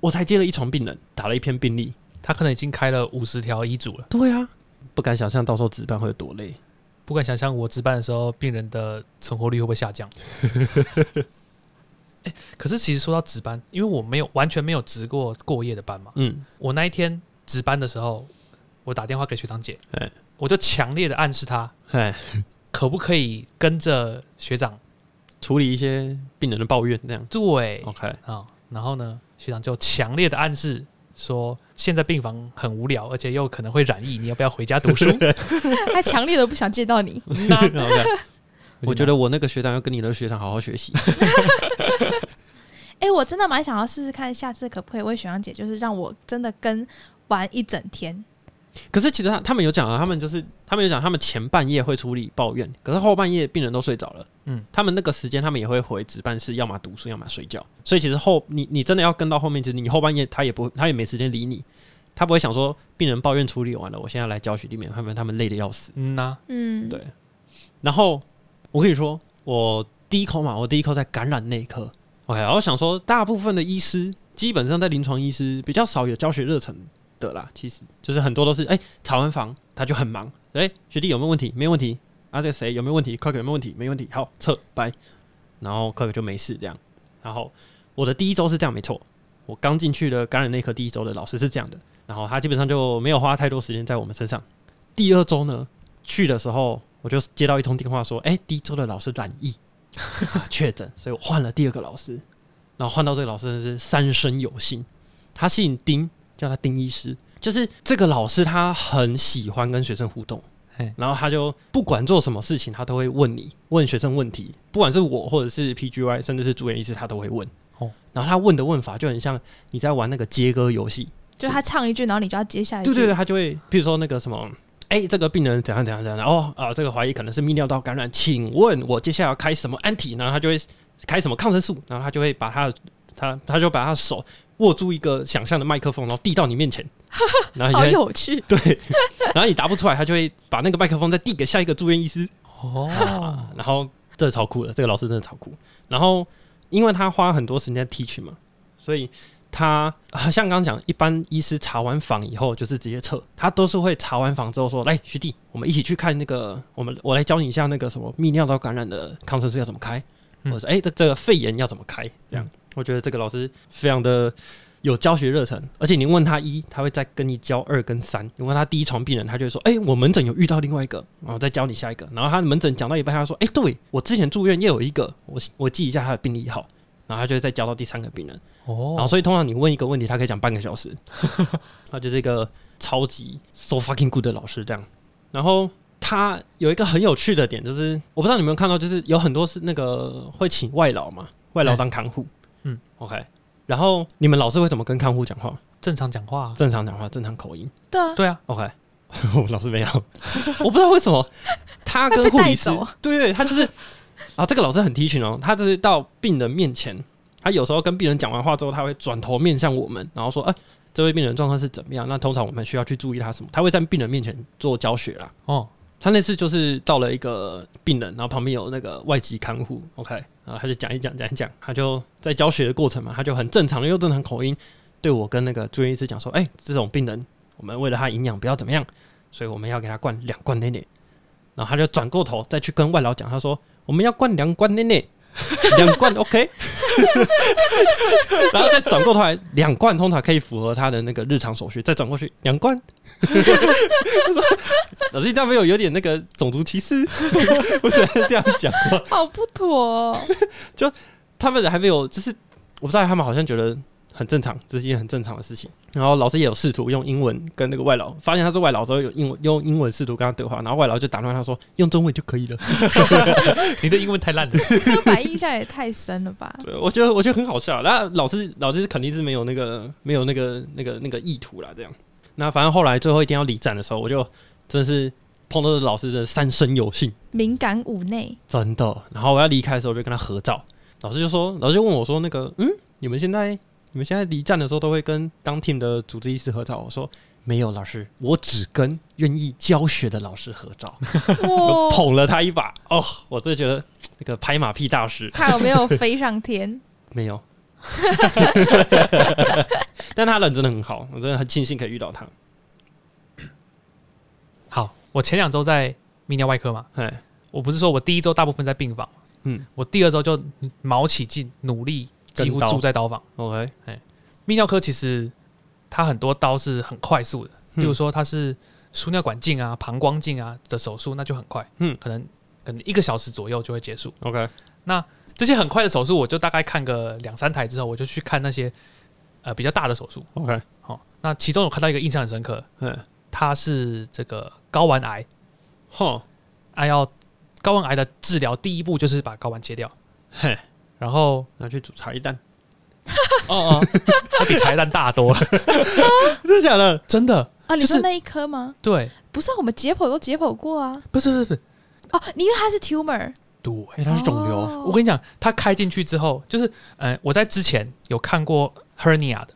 Speaker 2: 我才接了一床病人，打了一篇病历。
Speaker 3: 他可能已经开了五十条医嘱了，
Speaker 2: 对啊，不敢想象到时候值班会有多累。
Speaker 3: 不敢想象我值班的时候，病人的存活率会不会 下降。哎可是其实说到值班，因为我没有完全没有值过过夜的班嘛，
Speaker 2: 嗯，
Speaker 3: 我那一天值班的时候，我打电话给学长姐
Speaker 2: 哎，
Speaker 3: 我就强烈的暗示她，
Speaker 2: 哎，
Speaker 3: 可不可以跟着学长
Speaker 2: 处理一些病人的抱怨这样。
Speaker 3: 对
Speaker 2: OK，
Speaker 3: 啊，然后呢，学长就强烈的暗示说，现在病房很无聊，而且又可能会染疫，你要不要回家 读书？
Speaker 1: 他强烈的不想见到你。
Speaker 3: 那
Speaker 2: 我觉得我那个学长要跟你的学长好好学习。
Speaker 1: 哎、我真的蛮想要试试看，下次可不可以为学长姐，就是让我真的跟玩一整天。
Speaker 2: 可是其实他他们有讲啊，他们就是他们有讲，他们前半夜会处理抱怨，可是后半夜病人都睡着了。
Speaker 3: 嗯
Speaker 2: 嗯，他们那个时间他们也会回值班室，要么读书，要么睡觉。所以其实后你你真的要跟到后面，其实你后半夜他也不他也没时间理你，他不会想说病人抱怨处理完了，我现在来教学弟妹，他们他们累得要死。
Speaker 3: 嗯呐、
Speaker 1: 嗯，
Speaker 2: 对然后我跟你说，我第一科嘛，我第一科在感染内科。OK，然后想说，大部分的医师基本上在临床医师比较少有教学热忱的啦。其实就是很多都是，哎、查完房他就很忙，哎、学弟有没有问题？没问题。啊，这个谁有没有问题？克克有没有问题？没问题。好，撤，拜。然后克克就没事这样。然后我的第一周是这样，没错。我刚进去的感染内科第一周的老师是这样的，然后他基本上就没有花太多时间在我们身上。第二周呢，去的时候，我就接到一通电话说，哎、第一周的老师染疫啊确诊，所以我换了第二个老师，然后换到这个老师真的是三生有幸，他姓丁，叫他丁医师，就是这个老师他很喜欢跟学生互动
Speaker 3: 嘿。
Speaker 2: 然后他就不管做什么事情，他都会问你问学生问题，不管是我或者是 PGY，甚至是住院医师，他都会问。
Speaker 3: 哦
Speaker 2: 哦，然后他问的问法就很像你在玩那个接歌游戏，
Speaker 1: 就他唱一句，然后你就要接下一句。
Speaker 2: 对对对，他就会，譬如说那个什么，哎、这个病人怎样怎样怎样，哦啊，这个怀疑可能是泌尿道感染，请问我接下来要开什么安体？然后他就会开什么抗生素，然后他就会把他的他他就把他的手握住一个想象的麦克风，然后递到你面前，然后
Speaker 1: 好
Speaker 2: 你就会
Speaker 1: 有趣。
Speaker 2: 然后你答不出来，他就会把那个麦克风再递给下一个住院医师，
Speaker 3: 哦，
Speaker 2: 然后这超酷的，这个老师真的超酷。然后因为他花很多时间在 teach 嘛，所以他呃像刚刚讲，一般医师查完房以后就是直接撤，他都是会查完房之后说：“来，学弟，我们一起去看那个，我们我来教你一下那个什么泌尿道感染的抗生素要怎么开，或
Speaker 3: 嗯
Speaker 2: 者是哎、这这个肺炎要怎么开。”这样，我觉得这个老师非常的。有教学热忱，而且你问他一，他会再跟你教二跟三。你问他第一床病人，他就会说：“哎、我门诊有遇到另外一个，然后再教你下一个。”然后他门诊讲到一半，他说：“哎、对我之前住院也有一个，我我记一下他的病历号。”然后他就会再教到第三个病人。然后
Speaker 3: 哦，
Speaker 2: 所以通常你问一个问题，他可以讲半个小 时，他就是一个超级 so fucking good 的老师这样。然后他有一个很有趣的点，就是我不知道你有没有看到，就是有很多是那个会请外劳嘛，外劳当看护，
Speaker 3: 嗯
Speaker 2: ，OK。然后你们老师会怎么跟看护讲话？
Speaker 3: 正常讲话啊、
Speaker 2: 正常讲话，正常口音
Speaker 1: 对啊，
Speaker 3: 对啊，
Speaker 2: ，OK。我们 老师没有， 我不知道为什 么他跟护
Speaker 1: 会被
Speaker 2: 理
Speaker 1: 带
Speaker 2: 师
Speaker 1: 走，
Speaker 2: 对对，他就是啊，这个老师很提群哦，他就是到病人面前，他有时候跟病人讲完话之后，他会转头面向我们，然后说，哎、这位病人状况是怎么样？那通常我们需要去注意他什么？他会在病人面前做教学啦。
Speaker 3: 哦，
Speaker 2: 他那次就是到了一个病人，然后旁边有那个外籍看护，OK，然后他就讲一讲讲一讲，他就在教学的过程嘛，他就很正常的用正常口音对我跟那个住院医师讲说，哎、这种病人我们为了他营养不要怎么样，所以我们要给他灌两罐奶奶，然后他就转过头再去跟外劳讲，他说我们要灌两罐奶 奶。两罐 OK，然后再转过头来，两罐通常可以符合他的那个日常手续，再转过去两罐，老师，你这样没有有点那个种族歧视？ 我只能这样讲话。
Speaker 1: 好不妥、哦。
Speaker 2: 他们还没有，就是我不知道他们好像觉得很正常，这是一件很正常的事情。然后老师也有试图用英文跟那个外劳，发现他是外劳之后，有英文用英文试图跟他对话，然后外劳就打断他说用中文就可以了。
Speaker 3: 你的英文太烂了。
Speaker 1: 刻板印象也太深了 吧？
Speaker 2: 对我觉得我觉得很好笑。那老师老师肯定是没有那个没有那个那个那个意图啦，这样。那反正后来最后一天要离站的时候，我就真的是碰到这老师的三生有幸。
Speaker 1: 敏感五内，
Speaker 2: 真的。然后我要离开的时候，我就跟他合照。老师就说，老师就问我说，那个，嗯，你们现在你们现在离站的时候都会跟当 team 的主治医师合照？我说没有，老师，我只跟愿意教学的老师合照，我
Speaker 1: 哇，
Speaker 2: 捧了他一把。哦，我真的觉得那个拍马屁大师
Speaker 1: 看有没有飞上 天？
Speaker 2: 没有，但他人真的很好，我真的很庆幸可以遇到他。
Speaker 3: 好，我前两周在泌尿外科嘛，
Speaker 2: 哎，
Speaker 3: 我不是说我第一周大部分在病房，
Speaker 2: 嗯
Speaker 3: 我第二周就卯起劲，努力几乎
Speaker 2: 跟刀
Speaker 3: 住在刀房。
Speaker 2: ，OK，
Speaker 3: 泌尿科其实它很多刀是很快速的，
Speaker 2: 嗯
Speaker 3: 例如说它是输尿管镜啊、膀胱镜啊的手术，那就很快，
Speaker 2: 嗯
Speaker 3: 可能可能一个小时左右就会结束。
Speaker 2: OK，
Speaker 3: 这些很快的手术，我就大概看个两三台之后，我就去看那些呃比较大的手术。
Speaker 2: OK，
Speaker 3: 好、那其中有看到一个印象很深刻，
Speaker 2: 嗯，
Speaker 3: 它是这个睾丸癌，
Speaker 2: 吼，
Speaker 3: 啊要睾丸癌的治疗第一步就是把睾丸切掉，
Speaker 2: 嘿，
Speaker 3: 然后
Speaker 2: 拿去煮茶叶蛋，
Speaker 3: 哦哦，它比茶叶蛋大多了，
Speaker 2: 真的假的？
Speaker 3: 真的。
Speaker 1: 啊，你
Speaker 3: 就是
Speaker 1: 说那一颗吗？
Speaker 3: 对，
Speaker 1: 不是啊，我们解剖都解剖过啊。
Speaker 3: 不是不是不是，
Speaker 1: 哦，你因为它是 tumor，
Speaker 3: 对，
Speaker 2: 哎，他是肿瘤啊，
Speaker 1: 哦
Speaker 3: 我跟你讲，它开进去之后，就是呃，我在之前有看过 hernia 的，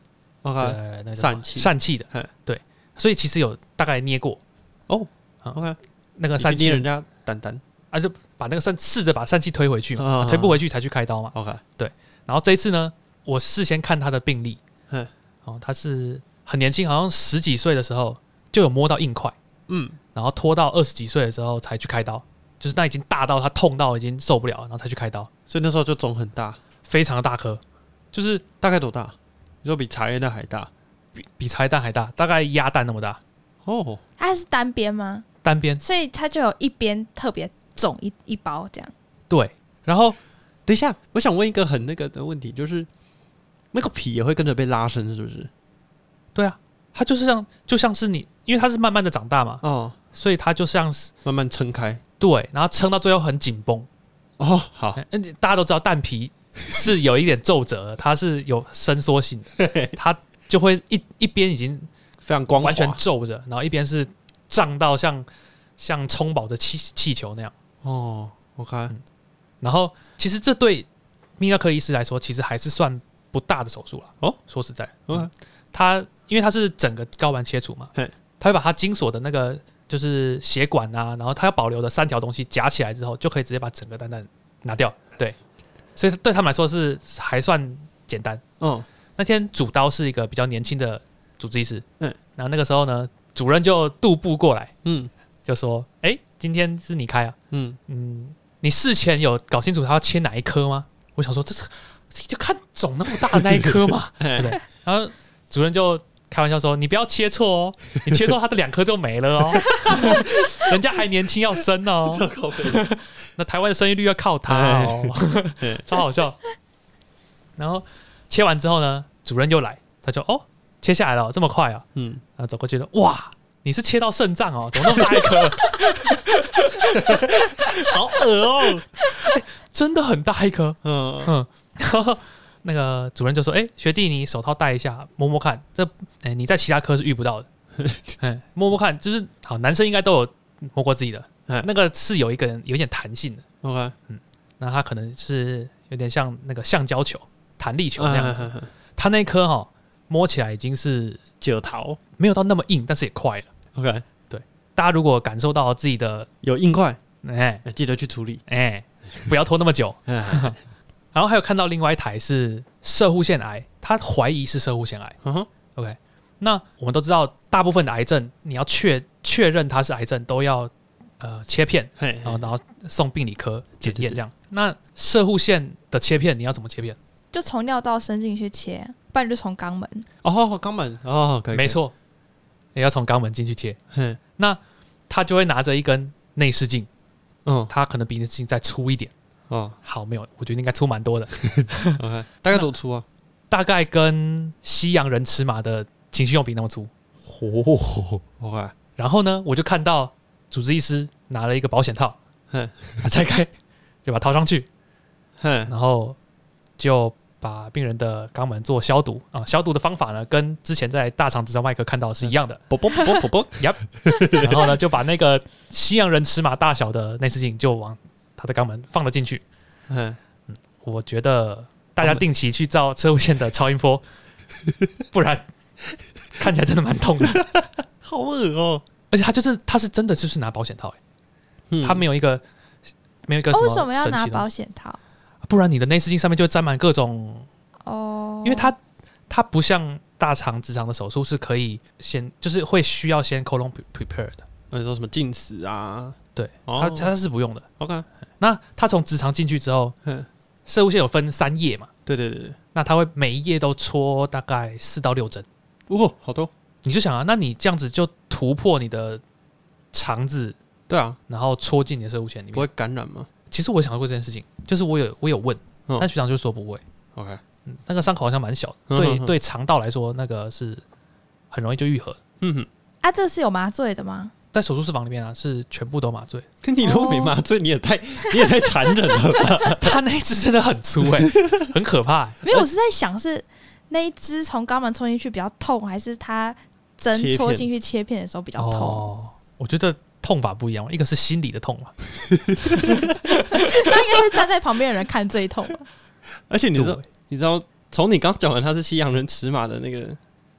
Speaker 2: ，OK，
Speaker 3: 对，那个
Speaker 2: 疝气
Speaker 3: 疝气的
Speaker 2: 嗯，
Speaker 3: 对，所以其实有大概捏过
Speaker 2: 哦
Speaker 3: 啊
Speaker 2: ，OK，
Speaker 3: 那个
Speaker 2: 你去
Speaker 3: 疝
Speaker 2: 捏人
Speaker 3: 气，
Speaker 2: 家蛋蛋
Speaker 3: 啊，就把那个疝试着把疝气推回去
Speaker 2: 啊啊
Speaker 3: 嘛，
Speaker 2: 啊
Speaker 3: 推不回去才去开刀嘛。
Speaker 2: ，OK，
Speaker 3: 然后这一次呢，我事先看他的病历
Speaker 2: 嗯，
Speaker 3: 哦，他是很年轻，好像十几岁的时候就有摸到硬块，
Speaker 2: 嗯，
Speaker 3: 然后拖到二十几岁的时候才去开刀，就是那已经大到他痛到已经受不了了，然后才去开刀，
Speaker 2: 所以那时候就肿很大，
Speaker 3: 非常的大颗，就是
Speaker 2: 大概多大？你说比茶叶蛋还大？
Speaker 3: 比比茶叶蛋还大，大概鸭蛋那么大，
Speaker 2: 哦，
Speaker 1: 它是单边吗？
Speaker 3: 单边
Speaker 1: 所以它就有一边特别肿一一包这样。
Speaker 3: 对，然后
Speaker 2: 等一下，我想问一个很那个的问题，就是那个皮也会跟着被拉伸，是不是？
Speaker 3: 对啊，它就是像就像是你，因为它是慢慢的长大嘛，
Speaker 2: 哦，
Speaker 3: 所以它就像是
Speaker 2: 慢慢撑开。
Speaker 3: 对，然后撑到最后很紧绷。
Speaker 2: 哦，好，
Speaker 3: 哎嗯，大家都知道蛋皮是有一点皱褶的，它是有伸缩性的，它就会一一边已经
Speaker 2: 非常光滑
Speaker 3: 完全皱着，然后一边是胀到像像充饱的气气球那样。
Speaker 2: 哦，OK，
Speaker 3: 然后其实这对泌尿科医师来说，其实还是算不大的手术了。
Speaker 2: 哦，
Speaker 3: 说实在，
Speaker 2: OK
Speaker 3: 嗯它因为它是整个睾丸切除嘛
Speaker 2: 嘿，
Speaker 3: 它会把它精索的那个就是血管啊，然后它要保留的三条东西夹起来之后，就可以直接把整个蛋蛋拿掉。对，所以对他们来说是还算简单。
Speaker 2: 嗯，
Speaker 3: 那天主刀是一个比较年轻的主治医师，
Speaker 2: 嗯，
Speaker 3: 然后那个时候呢，主任就踱步过来，
Speaker 2: 嗯
Speaker 3: 就说：“哎、今天是你开啊？”
Speaker 2: 嗯，
Speaker 3: 嗯，你事前有搞清楚他要切哪一颗吗？我想说，这是这就看肿那么大的那一 颗嘛，
Speaker 2: 嗯
Speaker 3: 对不对？然后主任就开玩笑说：“你不要切错哦，你切错他的两颗就没了哦，人家还年轻要生哦，那台湾的生育率要靠他哦，
Speaker 2: 哎
Speaker 3: 超好笑。”然后切完之后呢，主任又来，他就哦，切下来了哦，这么快啊、
Speaker 2: 嗯，
Speaker 3: 然后走过去的，哇，你是切到肾脏哦，怎么那么大一颗？
Speaker 2: 好恶哦，
Speaker 3: 真的很大一颗。
Speaker 2: 嗯，
Speaker 3: 嗯，然后 那个主任就说：“哎、学弟，你手套戴一下，摸摸看，这哎、你在其他科是遇不到的，哎，摸摸看，就是好，男生应该都有摸过自己的，
Speaker 2: 嗯
Speaker 3: 那个是有一个人有一点弹性的，
Speaker 2: ，OK，
Speaker 3: 那他可能是有点像那个橡胶球、弹力球那样子，
Speaker 2: 子，
Speaker 3: 他那一颗哈摸起来已经是
Speaker 2: 九桃
Speaker 3: 没有到那么硬，但是也快了。
Speaker 2: ，OK，
Speaker 3: 大家如果感受到自己的
Speaker 2: 有硬块，
Speaker 3: 哎
Speaker 2: 哎记得去处 理。
Speaker 3: 哎，不要拖那么久。”
Speaker 2: 哎
Speaker 3: 然后还有看到另外一台是射护腺癌，他怀疑是射护腺癌。
Speaker 2: 嗯哼
Speaker 3: OK，那我们都知道，大部分的癌症你要确确认它是癌症，都要呃切片，
Speaker 2: 嘿，
Speaker 3: 然后然后送病理科检
Speaker 2: 嗯对对
Speaker 3: 验
Speaker 2: 对
Speaker 3: 这样。那射护腺的切片你要怎么切片？
Speaker 1: 就从尿道伸进去切，不然就从肛门。
Speaker 2: 哦，肛门，哦，可以，
Speaker 3: 没错，也要从肛门进去切。
Speaker 2: 可以，嘿
Speaker 3: 那他就会拿着一根内视镜，
Speaker 2: 嗯，
Speaker 3: 他可能比内视镜再粗一点。
Speaker 2: 哦
Speaker 3: 好，没有，我觉得应该粗蛮多的，
Speaker 2: ，OK，大概多粗啊？
Speaker 3: 大概跟西洋人尺码的情趣用品那么粗。
Speaker 2: 哦，OK，
Speaker 3: 然后呢，我就看到主治医师拿了一个保险套，
Speaker 2: 嗯
Speaker 3: 他拆开 就把它套上去，
Speaker 2: 嘿，
Speaker 3: 然后就把病人的肛门做消毒啊、消毒的方法呢，跟之前在大肠直肠外科看到的是一 样的。
Speaker 2: 啵啵啵啵啵，
Speaker 3: 然后呢，就把那个西洋人尺码大小的内视镜就往他的肛门放了进去。
Speaker 2: 嗯，
Speaker 3: 我觉得大家定期去照车务线的超音波，不然看起来真的蛮痛的。
Speaker 2: 好恶哦、
Speaker 3: 而且他就是他是真的就是拿保险套、欸，他没
Speaker 2: 有
Speaker 3: 有一个没有一个
Speaker 1: 哦，为
Speaker 3: 什
Speaker 1: 什么要
Speaker 3: 神
Speaker 1: 拿
Speaker 3: 奇的
Speaker 1: 保险套？
Speaker 3: 不然你的内视镜上面就会沾满各种，
Speaker 1: 哦，
Speaker 3: 因为它它不像大肠直肠的手术是可以先，就是会需要先 colon pre- prepare 的，
Speaker 2: 那你说什么禁食啊
Speaker 3: 对，
Speaker 2: 哦
Speaker 3: 它它是不用的。
Speaker 2: ？OK，
Speaker 3: 那它从直肠进去之后
Speaker 2: 嗯，
Speaker 3: 射物线有分三页嘛，
Speaker 2: 对对对对，
Speaker 3: 那它会每一页都戳大概四到六针，
Speaker 2: 哦，好多，
Speaker 3: 你就想啊，那你这样子就突破你的肠子，
Speaker 2: 对啊，
Speaker 3: 然后戳进你的射物线里
Speaker 2: 不
Speaker 3: 面。
Speaker 2: 会感染吗
Speaker 3: 其实我想过这件事情，就是我有我有问，
Speaker 2: 嗯
Speaker 3: 但学长就说不会。
Speaker 2: ？OK，
Speaker 3: 嗯那个伤口好像蛮小的，
Speaker 2: 嗯
Speaker 3: 对
Speaker 2: 嗯嗯
Speaker 3: 对，肠道来说，那个是很容易就愈合。
Speaker 2: 嗯哼，
Speaker 1: 啊，这是有麻醉的吗？
Speaker 3: 在手术室房里面啊，是全部都麻 醉。
Speaker 2: 跟你都没麻醉，你也太 你也太残忍了吧？
Speaker 3: 他那一只真的很粗 哎、很可怕、欸。
Speaker 1: 没有，我是在想是那一只从肛门冲进去比较痛，还是它针
Speaker 2: 切片
Speaker 1: 戳进去切片的时候比较痛？
Speaker 3: 哦，我觉得痛法不一样，一个是心理的痛嘛，
Speaker 1: 那应该是站在旁边的人看最痛 吧。
Speaker 2: 而且你
Speaker 3: 对
Speaker 2: 知道，你知道，从你刚讲完他是西洋人骑马的那个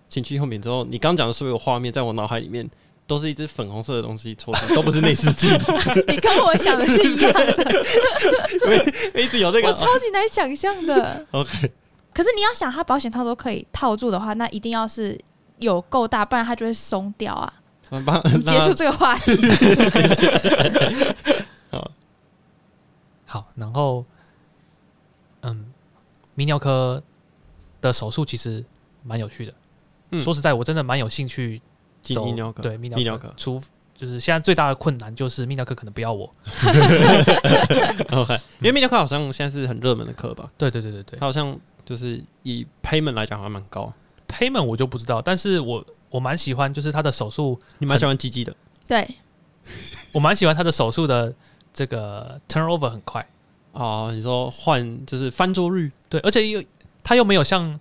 Speaker 2: 情绪后面之后，你刚讲的所有画面在我脑海里面都是一只粉红色的东西戳进，都不是内视镜，
Speaker 1: 你跟我想的是一样的，
Speaker 2: 一直有那
Speaker 1: 我
Speaker 2: 个
Speaker 1: 超级难想象的。
Speaker 2: OK，
Speaker 1: 可是你要想，它保险套都可以套住的话，那一定要是有够大，不然它就会松掉啊。
Speaker 2: 帮 帮
Speaker 1: 我们结束这个话题，
Speaker 3: 好，然后，嗯，泌尿科的手术其实蛮有趣的。
Speaker 2: 嗯
Speaker 3: 说实在，我真的蛮有兴趣
Speaker 2: 进
Speaker 3: 走
Speaker 2: 泌尿科，
Speaker 3: 对泌
Speaker 2: 泌
Speaker 3: 尿
Speaker 2: 尿
Speaker 3: 科
Speaker 2: 科，
Speaker 3: 除就是现在最大的困难就是泌尿科可能不要我。
Speaker 2: OK，因为泌尿科好像现在是很热门的科吧？
Speaker 3: 对对对对对
Speaker 2: 它好像就是以 payment 来讲还蛮高，
Speaker 3: ，payment 我就不知道，但是我我蛮喜欢，就是他的手术
Speaker 2: 你蛮喜欢鸡鸡的，
Speaker 1: 对，
Speaker 3: 我蛮喜欢他的手术的这个 turnover 很快，
Speaker 2: 哦，你说换就是翻桌率
Speaker 3: 对，而且又他又没有像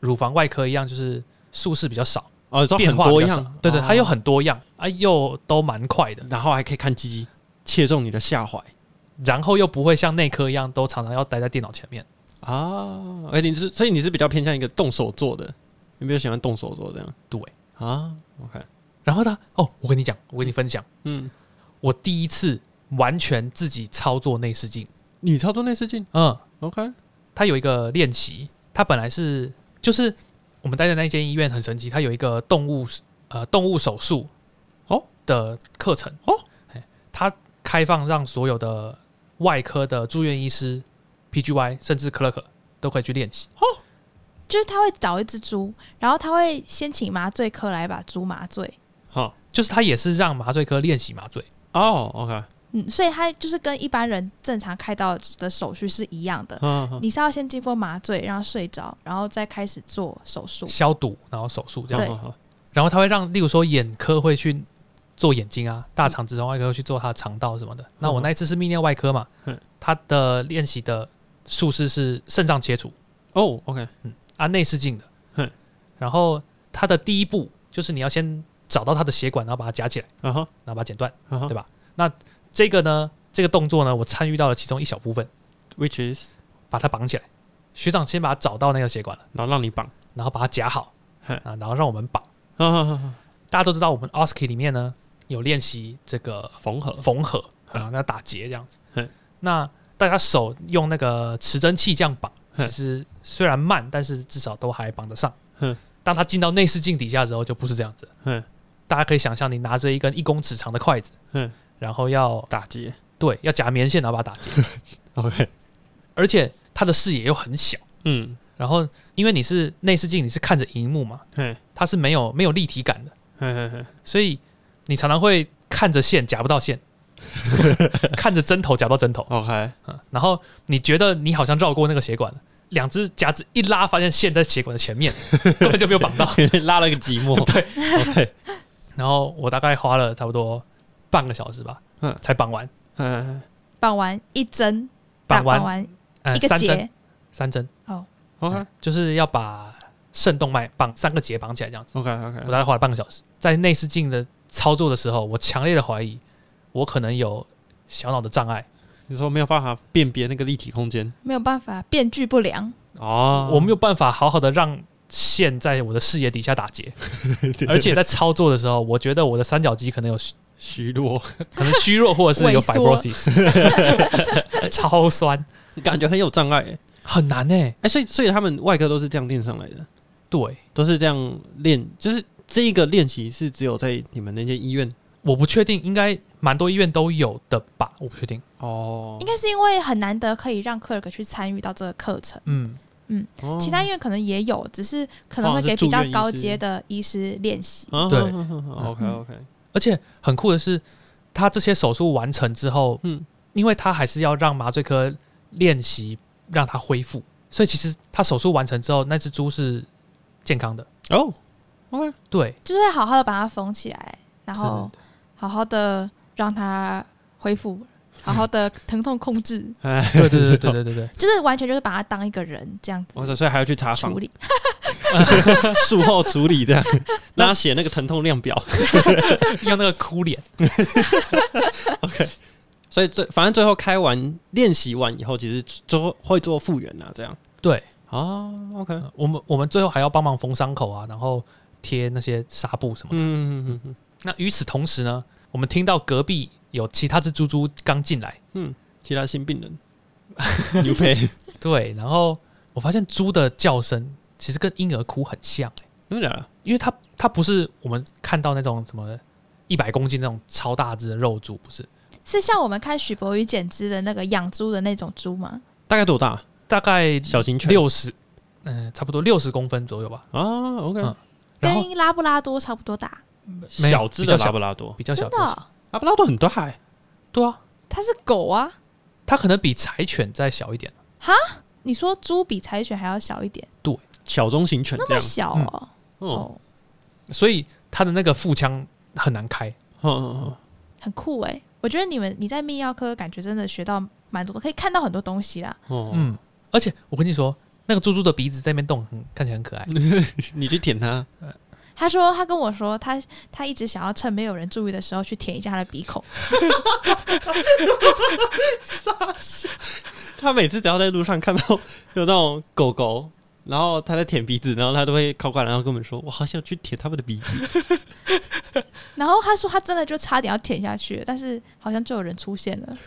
Speaker 3: 乳房外科一样，就是术式比较少，
Speaker 2: 哦，你说
Speaker 3: 变
Speaker 2: 很
Speaker 3: 化比
Speaker 2: 多
Speaker 3: 较
Speaker 2: 样
Speaker 3: 少，对对，
Speaker 2: 哦
Speaker 3: 他又很多样啊，又都蛮快的，
Speaker 2: 然后还可以看鸡鸡，切中你的下怀
Speaker 3: 然后又不会像内科一样都常常要待在电脑前面。
Speaker 2: 啊！哎，你是所以你是比较偏向一个动手做的，你比较喜欢动手做这样？
Speaker 3: 对
Speaker 2: 啊，OK，
Speaker 3: 嗯然后他哦，我跟你讲，我跟你分享，
Speaker 2: 嗯，
Speaker 3: 我第一次完全自己操作内视镜，
Speaker 2: 你操作内视镜
Speaker 3: 嗯，
Speaker 2: ，OK，
Speaker 3: 他有一个练习，他本来是就是我们待的那间医院很神奇，它有一个动物呃动物手术
Speaker 2: 哦
Speaker 3: 的课程
Speaker 2: 哦，
Speaker 3: 哎它开放让所有的外科的住院医师、PGY 甚至 clerk 都可以去练习。
Speaker 1: 就是他会找一只猪，然后他会先请麻醉科来把猪麻醉。
Speaker 2: 好，
Speaker 3: 就是他也是让麻醉科练习麻醉，
Speaker 2: 哦，OK，
Speaker 1: 嗯，所以他就是跟一般人正常开刀的手续是一样的。
Speaker 3: 哦
Speaker 2: 嗯嗯
Speaker 1: 你是要先经过麻醉，然后睡着，然后再开始做手术。
Speaker 3: 消毒，然后手术这
Speaker 2: 这
Speaker 3: 样。
Speaker 2: 样
Speaker 1: 对
Speaker 2: 好好
Speaker 3: 然后他会让，例如说眼科会去做眼睛
Speaker 2: 嗯
Speaker 3: 啊，大肠直肠外科会去做他的肠道什么的。那我那一次是泌尿外科嘛
Speaker 2: 嗯，
Speaker 3: 他的练习的术式是肾脏切除，
Speaker 2: 哦，OK，
Speaker 3: 啊内视镜的
Speaker 2: 嗯。
Speaker 3: 然后它的第一步就是你要先找到它的血管，然后把它夹起来，
Speaker 2: 然后
Speaker 3: 然后把它剪断。
Speaker 2: 然后
Speaker 3: 对吧这个呢，这个动作呢，我参与到了其中一小部分，
Speaker 2: ，which is，
Speaker 3: 把它绑起来。学长先把它找到那个血管了，
Speaker 2: 然后让你 绑，
Speaker 3: 然后把它夹好
Speaker 2: 嗯
Speaker 3: 啊，然后让我们绑。
Speaker 2: 啊啊啊，
Speaker 3: 大家都知道，我们 OSCE 里面呢有练习这个
Speaker 2: 缝合，
Speaker 3: 缝合，然后要打结这样子
Speaker 2: 嗯。
Speaker 3: 那大家手用那个持针器这样绑，其
Speaker 2: 嗯
Speaker 3: 实虽然慢，但是至少都还绑得上
Speaker 2: 嗯。
Speaker 3: 当它进到内视镜底下之后，就不是这样子了。
Speaker 2: 嗯
Speaker 3: 大家可以想象，你拿着一根一公尺长的筷子，
Speaker 2: 嗯，
Speaker 3: 然后要
Speaker 2: 打结
Speaker 3: 对要夹棉线，然后把它打结，
Speaker 2: ，OK，
Speaker 3: 而且它的视野又很小。
Speaker 2: 嗯，
Speaker 3: 然后因为你是内视镜，你是看着荧幕嘛，
Speaker 2: 嘿，
Speaker 3: 它是没有没有立体感的，
Speaker 2: 嘿嘿嘿，
Speaker 3: 所以你常常会看着线夹不到线，看着针头夹不到针头，
Speaker 2: ，OK，
Speaker 3: 嗯，然后你觉得你好像绕过那个血管了，两只夹子一拉，发现线在血管的前面，根本就没有绑到。
Speaker 2: 拉了个寂寞。 对，OK，
Speaker 3: 然后我大概花了差不多半个小时吧，
Speaker 2: 嗯
Speaker 3: 才绑完，
Speaker 2: 嗯，
Speaker 1: 绑完一针，
Speaker 3: 绑完
Speaker 1: 绑完
Speaker 3: 呃
Speaker 1: 一个
Speaker 3: 三针
Speaker 1: 结，
Speaker 3: 三针，
Speaker 2: OK
Speaker 3: 就是要把肾动脉绑三个结绑起来这样子。
Speaker 2: OK
Speaker 3: 我
Speaker 2: OK，
Speaker 3: 大概花了半个小时，在内视镜的操作的时候，我强烈的怀疑我可能有小脑的障碍，
Speaker 2: 你说没有办法辨别那个立体空间
Speaker 1: 没有办法，变距不良。
Speaker 2: 哦
Speaker 3: 我没有办法好好的让线在我的视野底下打结，而且在操作的时候，我觉得我的三角肌可能有
Speaker 2: 虚弱，
Speaker 3: 可能虚弱，或者是有
Speaker 1: 萎缩
Speaker 3: fibrosis，超 酸，
Speaker 2: 感觉很有障碍欸。
Speaker 3: 很难哎、
Speaker 2: 哎、所以所以他们外科都是这样练上来的，
Speaker 3: 对，
Speaker 2: 都是这样练，就是这一个练习是只有在你们那间医院
Speaker 3: 我不确定，应该蛮多医院都有的吧，我不确定。
Speaker 2: 哦
Speaker 1: 应该是因为很难得可以让 clerk 去参与到这个课程，
Speaker 3: 嗯，
Speaker 2: 哦
Speaker 1: 其他医院可能也有，只是可能
Speaker 3: 哦
Speaker 1: 会给比较高阶的医师练习。
Speaker 2: 啊
Speaker 3: 对
Speaker 2: ，OK OK，
Speaker 3: 而且很酷的是，他这些手术完成之后，
Speaker 2: 嗯，
Speaker 3: 因为他还是要让麻醉科练习让它恢复，所以其实他手术完成之后，那只猪是健康的。
Speaker 2: 哦，OK，
Speaker 3: 对，
Speaker 1: 就是会好好的把它缝起来，然
Speaker 2: 哦
Speaker 1: 后
Speaker 3: 真
Speaker 1: 好好的让它恢复，好好的疼痛控制，
Speaker 2: 哎，
Speaker 3: 对对对对对对对，
Speaker 1: 就是完全就是把它当一个人这样子
Speaker 2: 我 所以还要去查房
Speaker 1: 处，理。
Speaker 2: 术后处理这样，让他写那个疼痛量表。
Speaker 3: 用那个哭脸。
Speaker 2: 所以最反正最后开完练习完以后，其实最后会做复原啊，这样
Speaker 3: 对，
Speaker 2: 哦 OK，
Speaker 3: 呃我们我们最后还要帮忙缝伤口啊，然后贴那些纱布什么的。
Speaker 2: 嗯嗯嗯，
Speaker 3: 那与此同时呢，我们听到隔壁有其他只猪猪刚进来，
Speaker 2: 其他新病人 牛配，
Speaker 3: 对，然后我发现猪的叫声其实跟婴儿哭很像、欸
Speaker 2: 真的假的？
Speaker 3: 因为它它不是我们看到那种什么一百公斤那种超大只的肉猪，不是，
Speaker 1: 是像我们看许博宇剪枝的那个养猪的那种猪吗？
Speaker 2: 大概多大？
Speaker 3: 大概
Speaker 2: 小型犬
Speaker 3: 六十，嗯，差不多六十公分左右吧。
Speaker 2: 啊，OK，
Speaker 3: 嗯然后
Speaker 1: 跟拉布拉多差不多大，
Speaker 3: 没有
Speaker 2: 小只
Speaker 3: 比
Speaker 2: 的
Speaker 3: 较小
Speaker 2: 拉布拉多，
Speaker 3: 比较
Speaker 1: 真
Speaker 3: 小，
Speaker 1: 的
Speaker 3: 比较小
Speaker 1: 哦，
Speaker 2: 拉布拉多很大欸，
Speaker 3: 对啊，
Speaker 1: 它是狗啊！
Speaker 3: 它可能比柴犬再小一点。
Speaker 1: 你说猪比柴犬还要小一点，
Speaker 2: 小中型犬
Speaker 1: 那
Speaker 2: 这
Speaker 1: 么
Speaker 2: 样。
Speaker 1: 小哦，
Speaker 2: 哦，
Speaker 1: 哦，
Speaker 3: 所以它的那个腹腔很难开。
Speaker 2: 嗯嗯嗯
Speaker 1: 很酷哎、我觉得你们你在泌尿科感觉真的学到蛮多的，可以看到很多东西啦。
Speaker 2: 哦，嗯，
Speaker 3: 嗯，而且我跟你说，那个猪猪的鼻子在那边动，嗯，看起来很可爱。
Speaker 2: 你去舔它，
Speaker 1: 他说他跟我说他他一直想要趁没有人注意的时候去舔一下他的鼻孔，
Speaker 2: 他每次只要在路上看到有那种狗狗，然后它在舔鼻子，然后它都会靠过来，然后跟我们说：“我好想去舔他们的鼻子。
Speaker 1: 然后他说他真的就差点要舔下去了，但是好像就有人出现
Speaker 2: 嗯
Speaker 1: 了。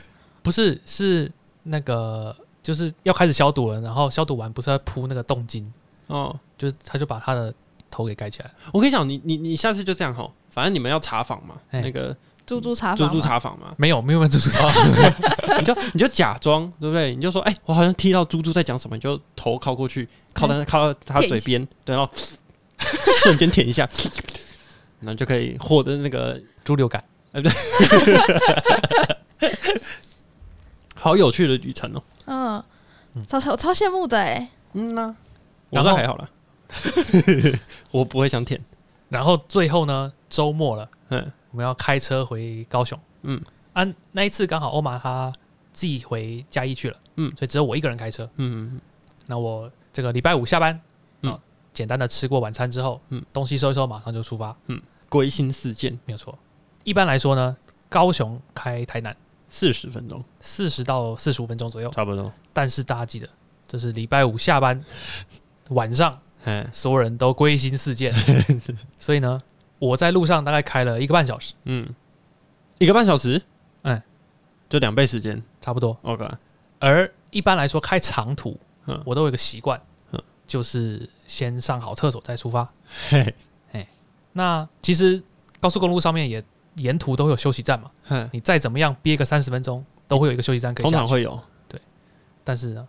Speaker 3: 不是，是那个就是要开始消毒了，然后消毒完不是要铺那个冻巾，”
Speaker 2: 哦，
Speaker 3: 就是他就把他的头给盖起来。
Speaker 2: 我跟你讲，你你你下次就这样吼，反正你们要查访嘛，
Speaker 3: 哎
Speaker 2: 那个
Speaker 1: 猪猪查
Speaker 2: 猪
Speaker 1: 房
Speaker 2: 猪
Speaker 1: 嘛
Speaker 2: 查访嘛，
Speaker 3: 没有，没有没有猪猪头，
Speaker 2: 你就你就假装对不对？你就说：“哎，我好像听到猪猪在讲什么。”你就头靠过去，靠到靠到它
Speaker 1: 嗯舔一
Speaker 2: 嘴
Speaker 1: 下
Speaker 2: 边，对，然后瞬间舔一下， 然后就可以获得那个
Speaker 3: 猪流感。
Speaker 2: 好有趣的旅程哦。
Speaker 1: 嗯，超超我超羡慕的哎、
Speaker 2: 嗯呐、我
Speaker 3: 然
Speaker 2: 倒
Speaker 3: 后
Speaker 2: 还 好啦，我不会想舔。
Speaker 3: 然后最后呢，周末了，
Speaker 2: 嗯
Speaker 3: 我们要开车回高雄。
Speaker 2: 嗯
Speaker 3: 啊，那一次刚好欧玛他自己回嘉义去了，
Speaker 2: 嗯
Speaker 3: 所以只有我一个人开车。
Speaker 2: 嗯，
Speaker 3: 那我这个礼拜五下班，
Speaker 2: 嗯
Speaker 3: 嗯，简单的吃过晚餐之后，
Speaker 2: 嗯
Speaker 3: 嗯，东西收一收，马上就出发，
Speaker 2: 归心似箭，
Speaker 3: 没有错。一般来说呢，高雄开台南
Speaker 2: 四十分钟
Speaker 3: 四十到四十五分钟左右，
Speaker 2: 差不多。
Speaker 3: 但是大家记得，这是礼拜五下班晚上，
Speaker 2: 哎，
Speaker 3: 所有人都归心 似箭，所以呢，我在路上大概开了一个半小时，
Speaker 2: 嗯，一个半小时，
Speaker 3: 哎，
Speaker 2: 就两倍时间。
Speaker 3: 差不多。
Speaker 2: OK，
Speaker 3: 而一般来说，开长途
Speaker 2: 嗯，
Speaker 3: 我都有一个习惯
Speaker 2: 嗯，
Speaker 3: 就是先上好厕所再出发。
Speaker 2: 嘿，
Speaker 3: 那其实高速公路上面也沿途都有休息站嘛，
Speaker 2: 嘿，
Speaker 3: 你再怎么样憋个三十分钟，都会有一个休息站可以
Speaker 2: 通
Speaker 3: 下
Speaker 2: 常
Speaker 3: 去。
Speaker 2: 会有
Speaker 3: 但是呢，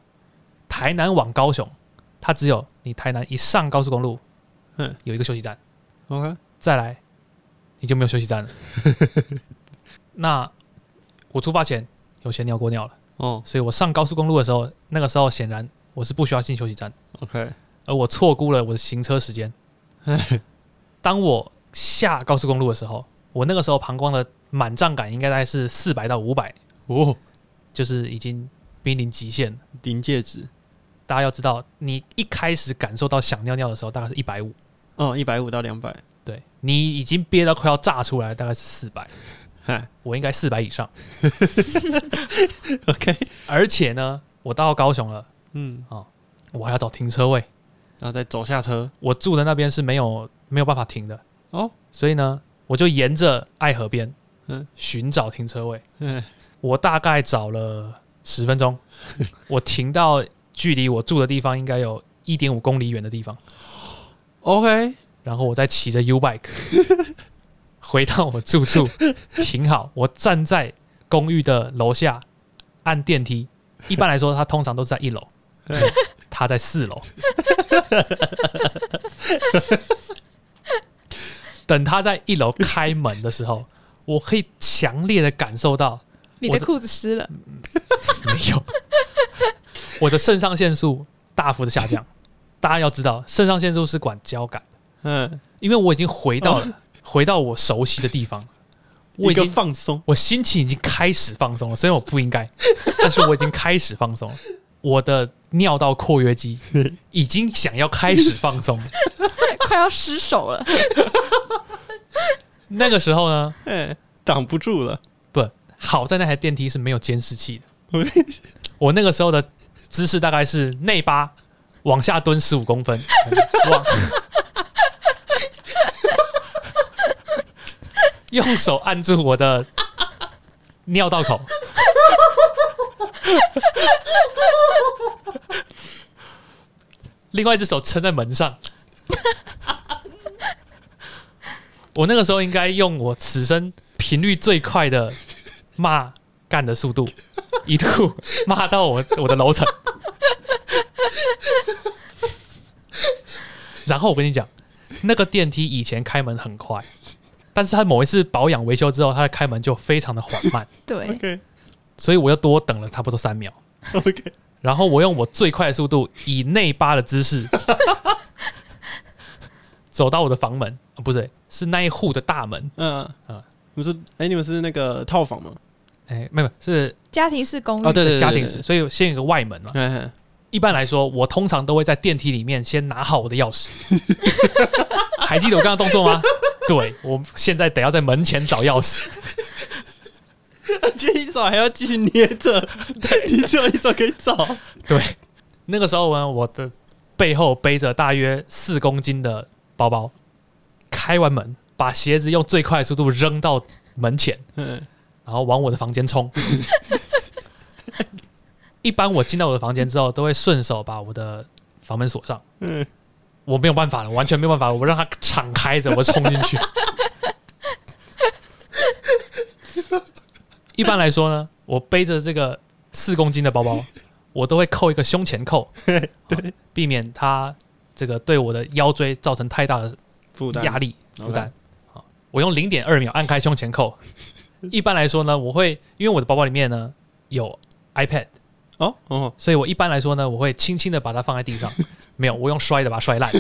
Speaker 3: 台南往高雄，它只有你台南一上高速公路
Speaker 2: 嗯，
Speaker 3: 有一个休息站，
Speaker 2: OK，
Speaker 3: 再来你就没有休息站了。那我出发前有先尿过尿了，
Speaker 2: 哦
Speaker 3: 所以我上高速公路的时候，那个时候显然我是不需要进休息站的，
Speaker 2: ，OK，
Speaker 3: 而我错估了我的行车时间。当我下高速公路的时候，我那个时候膀胱的满胀感应该大概是四百到五百，
Speaker 2: 哦，
Speaker 3: 就是已经濒临极限了。
Speaker 2: 临界值，
Speaker 3: 大家要知道，你一开始感受到想尿尿的时候，大概是一百五，
Speaker 2: 哦，一百五到两百，
Speaker 3: 对你已经憋到快要炸出来，大概是四百。
Speaker 2: 嗨
Speaker 3: 我应该四百以上。
Speaker 2: ，OK，
Speaker 3: 而且呢，我到高雄了，
Speaker 2: 嗯，
Speaker 3: 我还要找停车位，
Speaker 2: 然后再走下车，
Speaker 3: 我住的那边是没有没有办法停的，
Speaker 2: 哦，
Speaker 3: 所以呢，我就沿着爱河边，
Speaker 2: 嗯
Speaker 3: 寻找停车位。
Speaker 2: 嗯，
Speaker 3: 我大概找了十分 钟，我停到距离我住的地方应该有一点五公里远的地方，
Speaker 2: OK，
Speaker 3: 然后我再骑着 U bike 回到我住处，停好，我站在公寓的楼下按电梯。一般来说，它通常都是在一楼
Speaker 2: 嗯，
Speaker 3: 他在四楼。等他在一楼开门的时候，我可以强烈的感受到
Speaker 1: 你的裤子湿了，
Speaker 3: 没有，我的肾上腺素大幅的下降。大家要知道，肾上腺素是管交感，
Speaker 2: 嗯，
Speaker 3: 因为我已经回到了、回到我熟悉的地方，我
Speaker 2: 哦一
Speaker 3: 已
Speaker 2: 个
Speaker 3: 经
Speaker 2: 放松，
Speaker 3: 我心情已经开始放松了，虽然我不应该， 但是我已经开始放松了。我的尿道括 约肌已经想要开始放松了。
Speaker 1: 快要失手了。
Speaker 3: 那个时候呢，
Speaker 2: 嗯，挡不住了，
Speaker 3: 不好在那台电梯是没有监视器的。 我那个时候的姿势大概是内八往下蹲十五公分， 往用手按住我的尿道口，另外一只手撑在门上。我那个时候应该用我此生频率最快的骂干的速度，一度骂到我我的 楼层。然后我跟你讲，那个电梯以前开门很快，但是它某一次保养维修之后，它的开门就非常的缓慢，
Speaker 1: 对，
Speaker 3: 所以我又多等了差不多三秒。
Speaker 2: OK，OK，
Speaker 3: 然后我用我最快的速度，以内八的 姿势走到我的房门，呃不是，是那一户的大门。
Speaker 2: 嗯
Speaker 3: 啊
Speaker 2: 啊，你们说，哎，你们是那个套房吗？
Speaker 3: 哎，没有，是
Speaker 1: 家庭式公寓，
Speaker 2: 哦对
Speaker 3: 家庭式，所以先有个外门嘛。
Speaker 2: 嗯，
Speaker 3: 一般来说，我通常都会在电梯里面先拿好我的钥匙。还记得我刚刚动作吗？对，我现在得要在门前找钥匙。
Speaker 2: 这一手还要继续捏着， 你只有一手可以找，
Speaker 3: 对，那个时候呢，我的背后背着大约四公斤的包包，开完门，把鞋子用最快的速度扔到门前，
Speaker 2: 嗯，
Speaker 3: 然后往我的房间冲。一般我进到我的房间之后，都会顺手把我的房门锁上。
Speaker 2: 嗯，
Speaker 3: 我没有办法了，完全没有办法了，我让它敞开着，我冲进去。一般来说呢，我背着这个四公斤的包包，我都会扣一个胸前扣，好避免它这个对我的腰椎造成太大的
Speaker 2: 负担
Speaker 3: 压力负
Speaker 2: OK
Speaker 3: 担。好，我用零点二秒按开胸前 扣。一般来说呢，我会因为我的包包里面呢有 iPad，
Speaker 2: 哦哦，
Speaker 3: 所以我一般来说呢，我会轻轻的把它放在 地上，没有，我用摔的把它摔烂。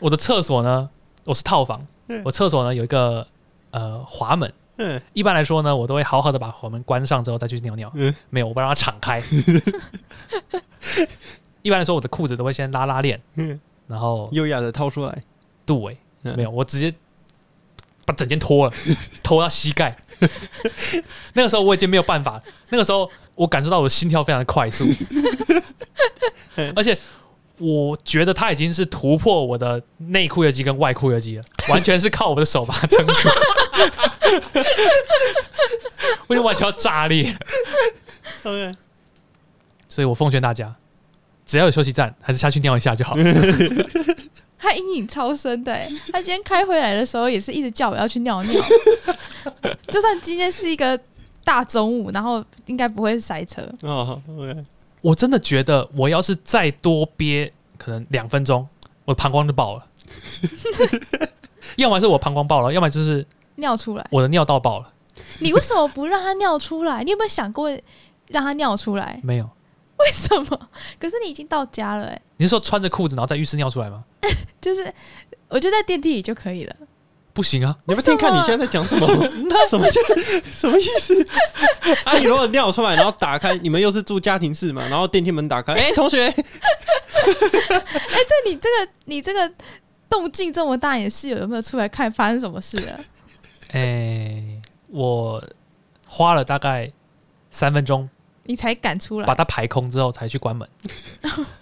Speaker 3: 我的厕所呢，我是套房，我厕所呢有一个呃滑门，
Speaker 2: 嗯，
Speaker 3: 一般来说呢，我都会好好的把滑门关上之后再去尿尿，
Speaker 2: 嗯
Speaker 3: 没有，我不让它敞 开。一般来说，我的裤子都会先拉拉链，
Speaker 2: 嗯
Speaker 3: 然后
Speaker 2: 优雅的掏出来，
Speaker 3: 肚围，
Speaker 2: 嗯
Speaker 3: 欸没有，我直接把整件脱了，脱到膝盖。 那个时候我已经没有办法，那个时候我感受到我的心跳非常的快速，而且我觉得它已经是突破我的内裤约肌跟外裤约肌了，完全是靠我的手把它撑住， 我已经完全要炸裂。
Speaker 2: ，OK，
Speaker 3: 所以我奉劝大家，只要有休息站，还是下去尿一下就好。
Speaker 1: 他阴影超深的、欸。他今天开回来的时候也是一直叫我要去尿尿， 就算今天是一个大中午，然后应该不会塞车。
Speaker 2: 哦，OK，
Speaker 3: 我真的觉得，我要是再多憋可能两分钟，我的膀胱就爆了。要么是我膀胱爆了，要么就是
Speaker 1: 尿出来，
Speaker 3: 我的尿道爆了。
Speaker 1: 你为什么不让他尿出来？你有没有想过让他尿出来？
Speaker 3: 没有，
Speaker 1: 为什么？可是你已经到家了、欸，
Speaker 3: 你是说穿着裤子然后在浴室尿出来吗？
Speaker 1: 就是我就在电梯里就可以了。
Speaker 3: 不行啊，
Speaker 2: 你们听看你现在在讲什 么？什么什么意思？ 啊，你如果尿出来，然后打开，你们又是住家庭式嘛，然后电梯门打开， 哎，同学，
Speaker 1: 对你这个你这个动静这么大，你的室友有没有出来看发生什么事了？
Speaker 3: 哎、哎、我花了大概三分钟
Speaker 1: 你才敢出
Speaker 3: 把
Speaker 1: 来。
Speaker 3: 它排空之后才去关门，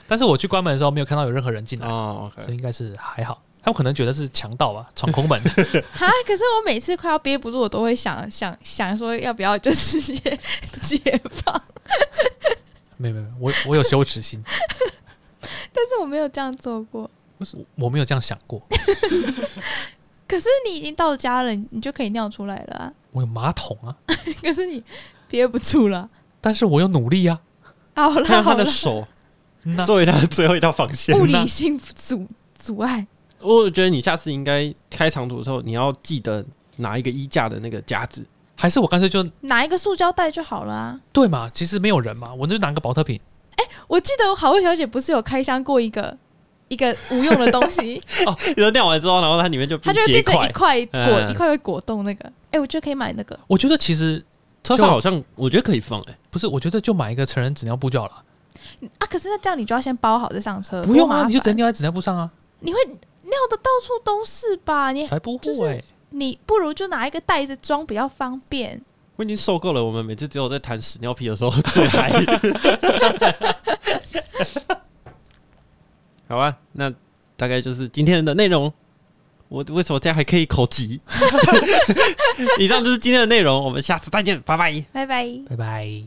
Speaker 3: 但是我去关门的时候没有看到有任何人进来，
Speaker 2: 哦
Speaker 3: 所以
Speaker 2: ，OK，
Speaker 3: 应该是还好。他们可能觉得是强盗吧，闯空门。
Speaker 1: 哈，可是我每次快要憋不住，我都会想想想说要不要就 直接解放，
Speaker 3: 没有没有，我我有羞耻心，
Speaker 1: 但是我没有这样做过。
Speaker 3: 我没有这样想过。
Speaker 1: 可是你已经到家了，你就可以尿出来了啊、
Speaker 3: 我有马桶啊，
Speaker 1: 可是你憋不住了。
Speaker 3: 但是我有努力啊。
Speaker 1: 好
Speaker 2: 看
Speaker 1: 啦
Speaker 2: 到
Speaker 1: 好
Speaker 2: 他
Speaker 1: 啦
Speaker 2: 的，手
Speaker 3: 嗯呐
Speaker 2: 作为他的最后一道防线。
Speaker 1: 物
Speaker 3: 呐
Speaker 1: 理性阻阻碍。
Speaker 2: 我觉得你下次应该开长途的时候，你要记得拿一个衣架的那个夹子，
Speaker 3: 还是我干脆就
Speaker 1: 拿一个塑胶袋就好了啊！
Speaker 3: 对嘛，其实没有人嘛，我就拿个保特瓶。
Speaker 1: 我记得好味小姐不是有开箱过一个一个无用的东西，
Speaker 2: 你说尿完之后，然后它里面就
Speaker 1: 它就会
Speaker 2: 结
Speaker 1: 变成一块
Speaker 2: 块。
Speaker 1: 果、
Speaker 2: 嗯
Speaker 1: 一块会果冻那个。哎、我觉得可以买那个，
Speaker 3: 我觉得其实
Speaker 2: 车上好像我觉得可以放哎，
Speaker 3: 不是，我觉得就买一个成人纸尿布就好了。
Speaker 1: 啊，可是那这样你就要先包好再上车，
Speaker 3: 不用
Speaker 1: 呃多麻
Speaker 3: 啊，
Speaker 1: 烦
Speaker 3: 你就直接尿在纸尿布上啊，
Speaker 1: 你会尿的到处都是吧？你
Speaker 3: 才不
Speaker 1: 哎
Speaker 3: 会、
Speaker 1: 就是你不如就拿一个袋子装比较方便。
Speaker 2: 我已经受够了。我们每次只有在谈屎尿屁的时候最嗨。 好吧，那大概就是今天的内容。我为什么这样还可以口 急？以上就是今天的内容，我们下次再见，拜拜。
Speaker 1: 拜拜。
Speaker 3: 拜拜。